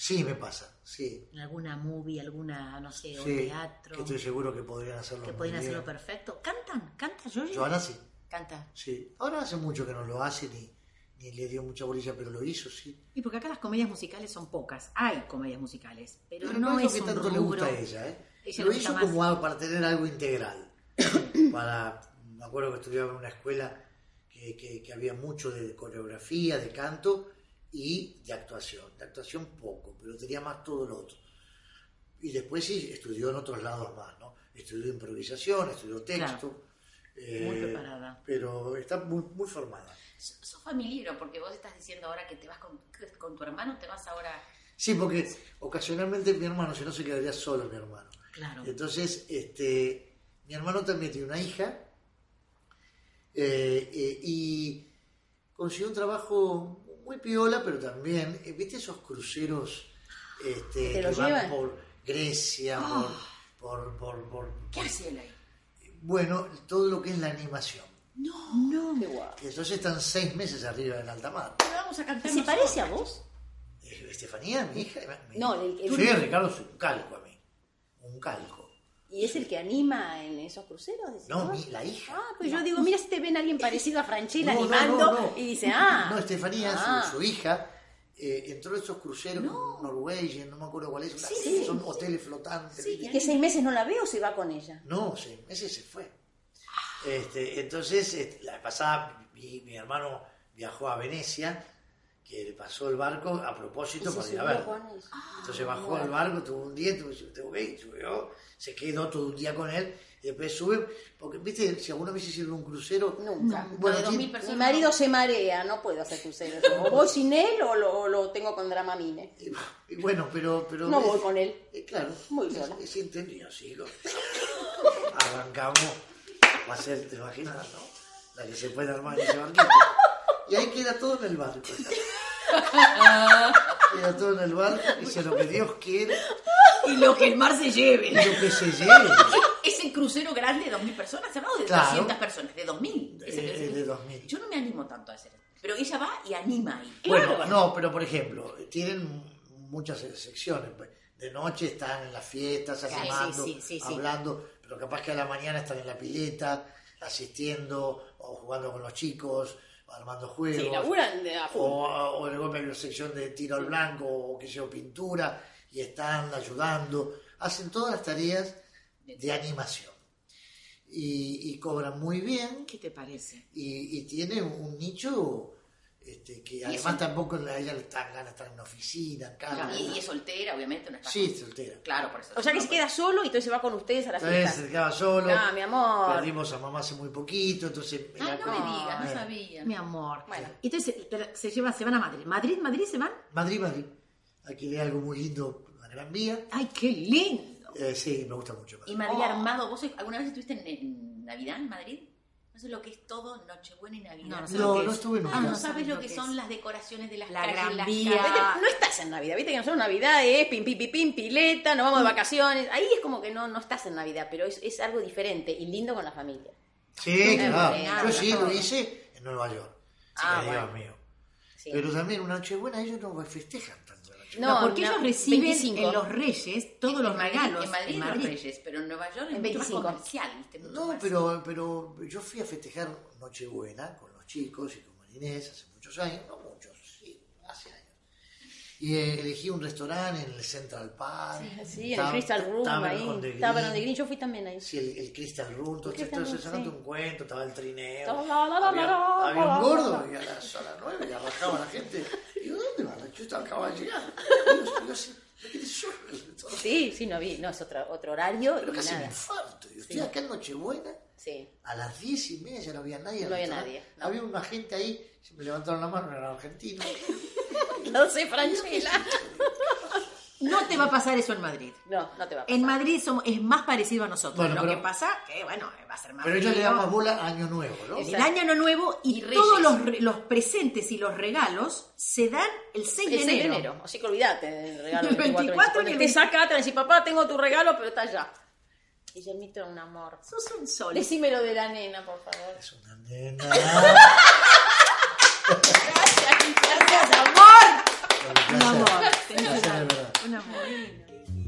[SPEAKER 4] Sí, me pasa, sí.
[SPEAKER 1] En alguna movie, alguna, no sé, o
[SPEAKER 4] Sí,
[SPEAKER 1] teatro,
[SPEAKER 4] Que estoy seguro que podrían hacerlo.
[SPEAKER 1] que
[SPEAKER 4] muy
[SPEAKER 1] podrían
[SPEAKER 4] bien.
[SPEAKER 1] hacerlo perfecto. ¿Cantan? ¿Canta Yoshi?
[SPEAKER 4] Joana sí,
[SPEAKER 1] Canta.
[SPEAKER 4] sí. Ahora hace mucho que no lo hace ni, ni le dio mucha bolilla, pero lo hizo, sí.
[SPEAKER 1] Y porque acá las comedias musicales son pocas. Hay comedias musicales, pero,
[SPEAKER 4] Pero
[SPEAKER 1] no,
[SPEAKER 4] es lo
[SPEAKER 1] es
[SPEAKER 4] que
[SPEAKER 1] un
[SPEAKER 4] tanto
[SPEAKER 1] rubro.
[SPEAKER 4] le gusta a ella, ¿eh?
[SPEAKER 1] Ella
[SPEAKER 4] lo
[SPEAKER 1] le gusta
[SPEAKER 4] hizo
[SPEAKER 1] más-
[SPEAKER 4] como algo para tener algo integral. para, me acuerdo que estudiaba en una escuela que, que- que había mucho de coreografía, de canto y de actuación. De actuación poco, pero tenía más todo lo otro. Y después sí, estudió en otros lados más, ¿no? Estudió improvisación, estudió texto.
[SPEAKER 1] Muy
[SPEAKER 4] eh,
[SPEAKER 1] preparada.
[SPEAKER 4] Pero está muy, muy formada.
[SPEAKER 3] So- Sos familiero, porque vos estás diciendo ahora que te vas con, que con tu hermano, te vas ahora...
[SPEAKER 4] Sí, porque ocasionalmente mi hermano, si no se quedaría solo mi hermano.
[SPEAKER 2] Ah.
[SPEAKER 1] Claro.
[SPEAKER 4] Y entonces, este, mi hermano también tiene una hija eh, eh, y consiguió un trabajo muy piola, pero también, eh, ¿viste esos cruceros este,
[SPEAKER 2] ¿Te lo
[SPEAKER 4] que van
[SPEAKER 2] llevan? Ah.
[SPEAKER 4] por Grecia, por, por, por, por-
[SPEAKER 3] ¿Qué hace él ahí?
[SPEAKER 4] Bueno, todo lo que es la animación.
[SPEAKER 2] No, qué guapo.
[SPEAKER 4] Que entonces están seis meses arriba en alta mar.
[SPEAKER 3] Pero vamos a cantar
[SPEAKER 2] ¿Se
[SPEAKER 3] nosotros.
[SPEAKER 2] parece a vos?
[SPEAKER 4] Eh, Estefanía, mi hija. mi-
[SPEAKER 2] No, el- el-
[SPEAKER 4] Sí, Ricardo es un calco a mí. Un calco.
[SPEAKER 2] ¿Y es el que anima en esos cruceros? decís
[SPEAKER 4] No,
[SPEAKER 2] vos?
[SPEAKER 4] mi- la hija.
[SPEAKER 2] Ah, pues yo digo, mira si te ven a alguien parecido a Franchella
[SPEAKER 4] No, no,
[SPEAKER 2] animando
[SPEAKER 4] no, no.
[SPEAKER 2] y dice, ah.
[SPEAKER 4] No, Estefanía, su-
[SPEAKER 2] ah.
[SPEAKER 4] su, hija, eh, entró en esos cruceros Norwegian, no me acuerdo cuál es, una-
[SPEAKER 2] sí,
[SPEAKER 4] son hoteles flotantes.
[SPEAKER 2] ¿Y que seis meses no la veo o se va con ella?
[SPEAKER 4] No, sí, ese se fue. Este, entonces, este, la pasada, mi, mi hermano viajó a Venecia, que le pasó el barco a propósito
[SPEAKER 2] Y se
[SPEAKER 4] para ir
[SPEAKER 2] subió
[SPEAKER 4] a
[SPEAKER 2] Ah,
[SPEAKER 4] verlo.
[SPEAKER 2] con ella.
[SPEAKER 3] Ah,
[SPEAKER 4] Entonces bajó al barco, tuvo un día, tuvo, tuvo que ir, subió, se quedó todo un día con él, y después sube, porque, viste, si alguna vez hicieron un crucero,
[SPEAKER 2] Nunca.
[SPEAKER 4] bueno, tiene-
[SPEAKER 3] de 2000
[SPEAKER 2] Mi
[SPEAKER 3] personas.
[SPEAKER 2] marido se marea, no puedo hacer cruceros. O voy sin él o lo, o lo tengo con Dramamine.
[SPEAKER 4] Y, y bueno, pero... pero
[SPEAKER 2] No
[SPEAKER 4] es-
[SPEAKER 2] voy con él.
[SPEAKER 4] eh, claro,
[SPEAKER 2] Muy
[SPEAKER 4] es,
[SPEAKER 2] sola.
[SPEAKER 4] es entendido, sí. lo- Arrancamos, va a ser, te imaginas, ¿no? La que se puede armar en ese barquito. Y ahí queda todo en el barco. Queda todo en el barco, dice lo que Dios quiere
[SPEAKER 1] Y lo que el mar se
[SPEAKER 4] y
[SPEAKER 1] lleve.
[SPEAKER 4] lo que se lleve.
[SPEAKER 3] Es el crucero grande de 2.000 personas, hablamos de
[SPEAKER 4] Claro.
[SPEAKER 3] 200 personas, de 2.000. Es el
[SPEAKER 4] Eh,
[SPEAKER 3] crucero.
[SPEAKER 4] de 2000.
[SPEAKER 3] Yo no me animo tanto a hacer esto. Pero ella va y anima ahí.
[SPEAKER 4] Bueno, no, pero por ejemplo, tienen muchas secciones. pues. De noche están en las fiestas, animando,
[SPEAKER 1] sí, sí, sí.
[SPEAKER 4] hablando, pero capaz que a la mañana están en la pileta, asistiendo o jugando con los chicos, armando juegos.
[SPEAKER 2] Sí, laburan de a full.
[SPEAKER 4] o, o de golpe hay una sección de tiro al blanco o que sea pintura y están ayudando. Hacen todas las tareas de animación y, y cobran muy bien
[SPEAKER 1] ¿Qué te parece?
[SPEAKER 4] y, y tiene un nicho este, que además tampoco a ella le están ganas de estar en una oficina, en casa.
[SPEAKER 3] Y, y es soltera, obviamente. No está
[SPEAKER 4] Sí, soltera.
[SPEAKER 3] Claro, por eso.
[SPEAKER 2] O sea que
[SPEAKER 3] No,
[SPEAKER 2] se
[SPEAKER 3] pues,
[SPEAKER 2] queda solo y entonces se va con ustedes a la
[SPEAKER 4] Entonces
[SPEAKER 2] fiesta.
[SPEAKER 4] se quedaba solo.
[SPEAKER 2] Ah, mi amor.
[SPEAKER 4] Perdimos a mamá hace muy poquito, entonces.
[SPEAKER 3] Ah,
[SPEAKER 4] era
[SPEAKER 3] no me
[SPEAKER 4] como-
[SPEAKER 3] digas, no
[SPEAKER 4] Eh,
[SPEAKER 3] sabía.
[SPEAKER 1] Mi amor.
[SPEAKER 2] Bueno.
[SPEAKER 1] Entonces pero se llevan, se van a Madrid. ¿Madrid, Madrid se van?
[SPEAKER 4] Madrid, Madrid. Aquí hay algo muy lindo, la Gran Vía.
[SPEAKER 1] ¡Ay, qué lindo!
[SPEAKER 4] Eh, sí, me gusta mucho. Madrid.
[SPEAKER 3] Y Madrid
[SPEAKER 2] Oh.
[SPEAKER 3] armado. ¿Vos alguna vez estuviste en, en Navidad en Madrid? No sé lo que es todo Nochebuena y Navidad.
[SPEAKER 1] No, no sé lo
[SPEAKER 4] No,
[SPEAKER 1] que
[SPEAKER 4] no
[SPEAKER 1] es.
[SPEAKER 4] estuve nunca.
[SPEAKER 3] Ah, no
[SPEAKER 1] no
[SPEAKER 3] sabes
[SPEAKER 1] sabes
[SPEAKER 3] lo
[SPEAKER 1] lo
[SPEAKER 3] que
[SPEAKER 1] que
[SPEAKER 3] son
[SPEAKER 1] es.
[SPEAKER 3] las decoraciones de las
[SPEAKER 1] La
[SPEAKER 3] calles,
[SPEAKER 1] Gran
[SPEAKER 3] las
[SPEAKER 1] Vía.
[SPEAKER 3] casas.
[SPEAKER 2] Viste, No estás en Navidad, viste que nosotros en Navidad es pim, pim, pim, pim, pileta, nos vamos de vacaciones. Ahí es como que no, no estás en Navidad, pero es, es algo diferente y lindo con la familia.
[SPEAKER 4] Sí, claro.
[SPEAKER 2] Claro,
[SPEAKER 4] Yo sí lo
[SPEAKER 2] claro.
[SPEAKER 4] hice en Nueva York.
[SPEAKER 2] Ah,
[SPEAKER 4] Eh,
[SPEAKER 2] bueno.
[SPEAKER 4] Dios mío.
[SPEAKER 2] Sí.
[SPEAKER 4] Pero también una Nochebuena ellos no festejan tanto la Nochebuena.
[SPEAKER 1] No,
[SPEAKER 2] No,
[SPEAKER 1] porque
[SPEAKER 2] no,
[SPEAKER 1] ellos reciben
[SPEAKER 2] 25.
[SPEAKER 1] en los Reyes todos los
[SPEAKER 3] En Madrid-
[SPEAKER 1] regalos.
[SPEAKER 3] En Madrid, los Reyes, pero en Nueva York es
[SPEAKER 2] En
[SPEAKER 3] mucho más
[SPEAKER 2] 25.
[SPEAKER 3] comercial, ¿viste? Mucho
[SPEAKER 4] No,
[SPEAKER 3] más-
[SPEAKER 4] pero, pero yo fui a festejar Nochebuena con los chicos y con Marinés hace muchos años, no muchos, sí, hace años. Y eh, elegí un restaurante en el Central Park.
[SPEAKER 2] Sí, en el
[SPEAKER 4] Tab-
[SPEAKER 2] Crystal Room,
[SPEAKER 4] Tavern
[SPEAKER 2] ahí.
[SPEAKER 4] on the Green.
[SPEAKER 2] Tavern on the Green, yo fui también ahí.
[SPEAKER 4] Sí, el, el Crystal Room, todo
[SPEAKER 2] El Crystal
[SPEAKER 4] entonces
[SPEAKER 2] Room,
[SPEAKER 4] sacando
[SPEAKER 2] sí.
[SPEAKER 4] un cuento, estaba el trineo.
[SPEAKER 2] Ta- la- la- la-
[SPEAKER 4] había,
[SPEAKER 2] la-
[SPEAKER 4] había un
[SPEAKER 2] la-
[SPEAKER 4] gordo
[SPEAKER 2] la-
[SPEAKER 4] y a las, a las nueve ya bajaba la gente. Y digo, ¿dónde va? Yo estaba acababa de llegar. Y yo, yo, sé, ¿qué dices? Yo,
[SPEAKER 2] Sí, sí, no vi, no, es otro, otro horario
[SPEAKER 4] Pero
[SPEAKER 2] y
[SPEAKER 4] casi un
[SPEAKER 2] nada.
[SPEAKER 4] infarto. Y estoy
[SPEAKER 2] Sí.
[SPEAKER 4] acá en Nochebuena,
[SPEAKER 2] Sí.
[SPEAKER 4] a las diez y media ya no había nadie. en
[SPEAKER 2] No
[SPEAKER 4] el
[SPEAKER 2] había
[SPEAKER 4] restaurante.
[SPEAKER 2] nadie, no.
[SPEAKER 4] Había una gente ahí, se me levantaron la mano, eran argentinos.
[SPEAKER 2] No sé, Franchella.
[SPEAKER 1] No te va a pasar eso en Madrid.
[SPEAKER 2] No, no te va a
[SPEAKER 1] En
[SPEAKER 2] pasar.
[SPEAKER 1] Madrid somos, es más parecido a nosotros.
[SPEAKER 4] Bueno,
[SPEAKER 1] Lo
[SPEAKER 4] pero-
[SPEAKER 1] que pasa que, bueno, va a ser más
[SPEAKER 4] Pero ella le da más bola a Año Nuevo, ¿no?
[SPEAKER 1] El año no nuevo y,
[SPEAKER 2] Y Reyes.
[SPEAKER 1] todos los, re- los presentes y los regalos se dan el 6
[SPEAKER 2] El
[SPEAKER 1] de
[SPEAKER 2] 6
[SPEAKER 1] enero.
[SPEAKER 2] de Este enero, así que olvídate del regalo.
[SPEAKER 1] El
[SPEAKER 2] del 24,
[SPEAKER 1] 24
[SPEAKER 2] cuando
[SPEAKER 1] y el
[SPEAKER 2] te saca, te decís, papá, tengo tu regalo, pero está allá. Guillermito era un amor.
[SPEAKER 1] Sos un sol.
[SPEAKER 2] Decime lo de la nena, por favor.
[SPEAKER 4] Es una nena.
[SPEAKER 2] Gracias, gracias, amor.
[SPEAKER 1] Un amor.
[SPEAKER 4] Un placer, de verdad.
[SPEAKER 1] Un amor.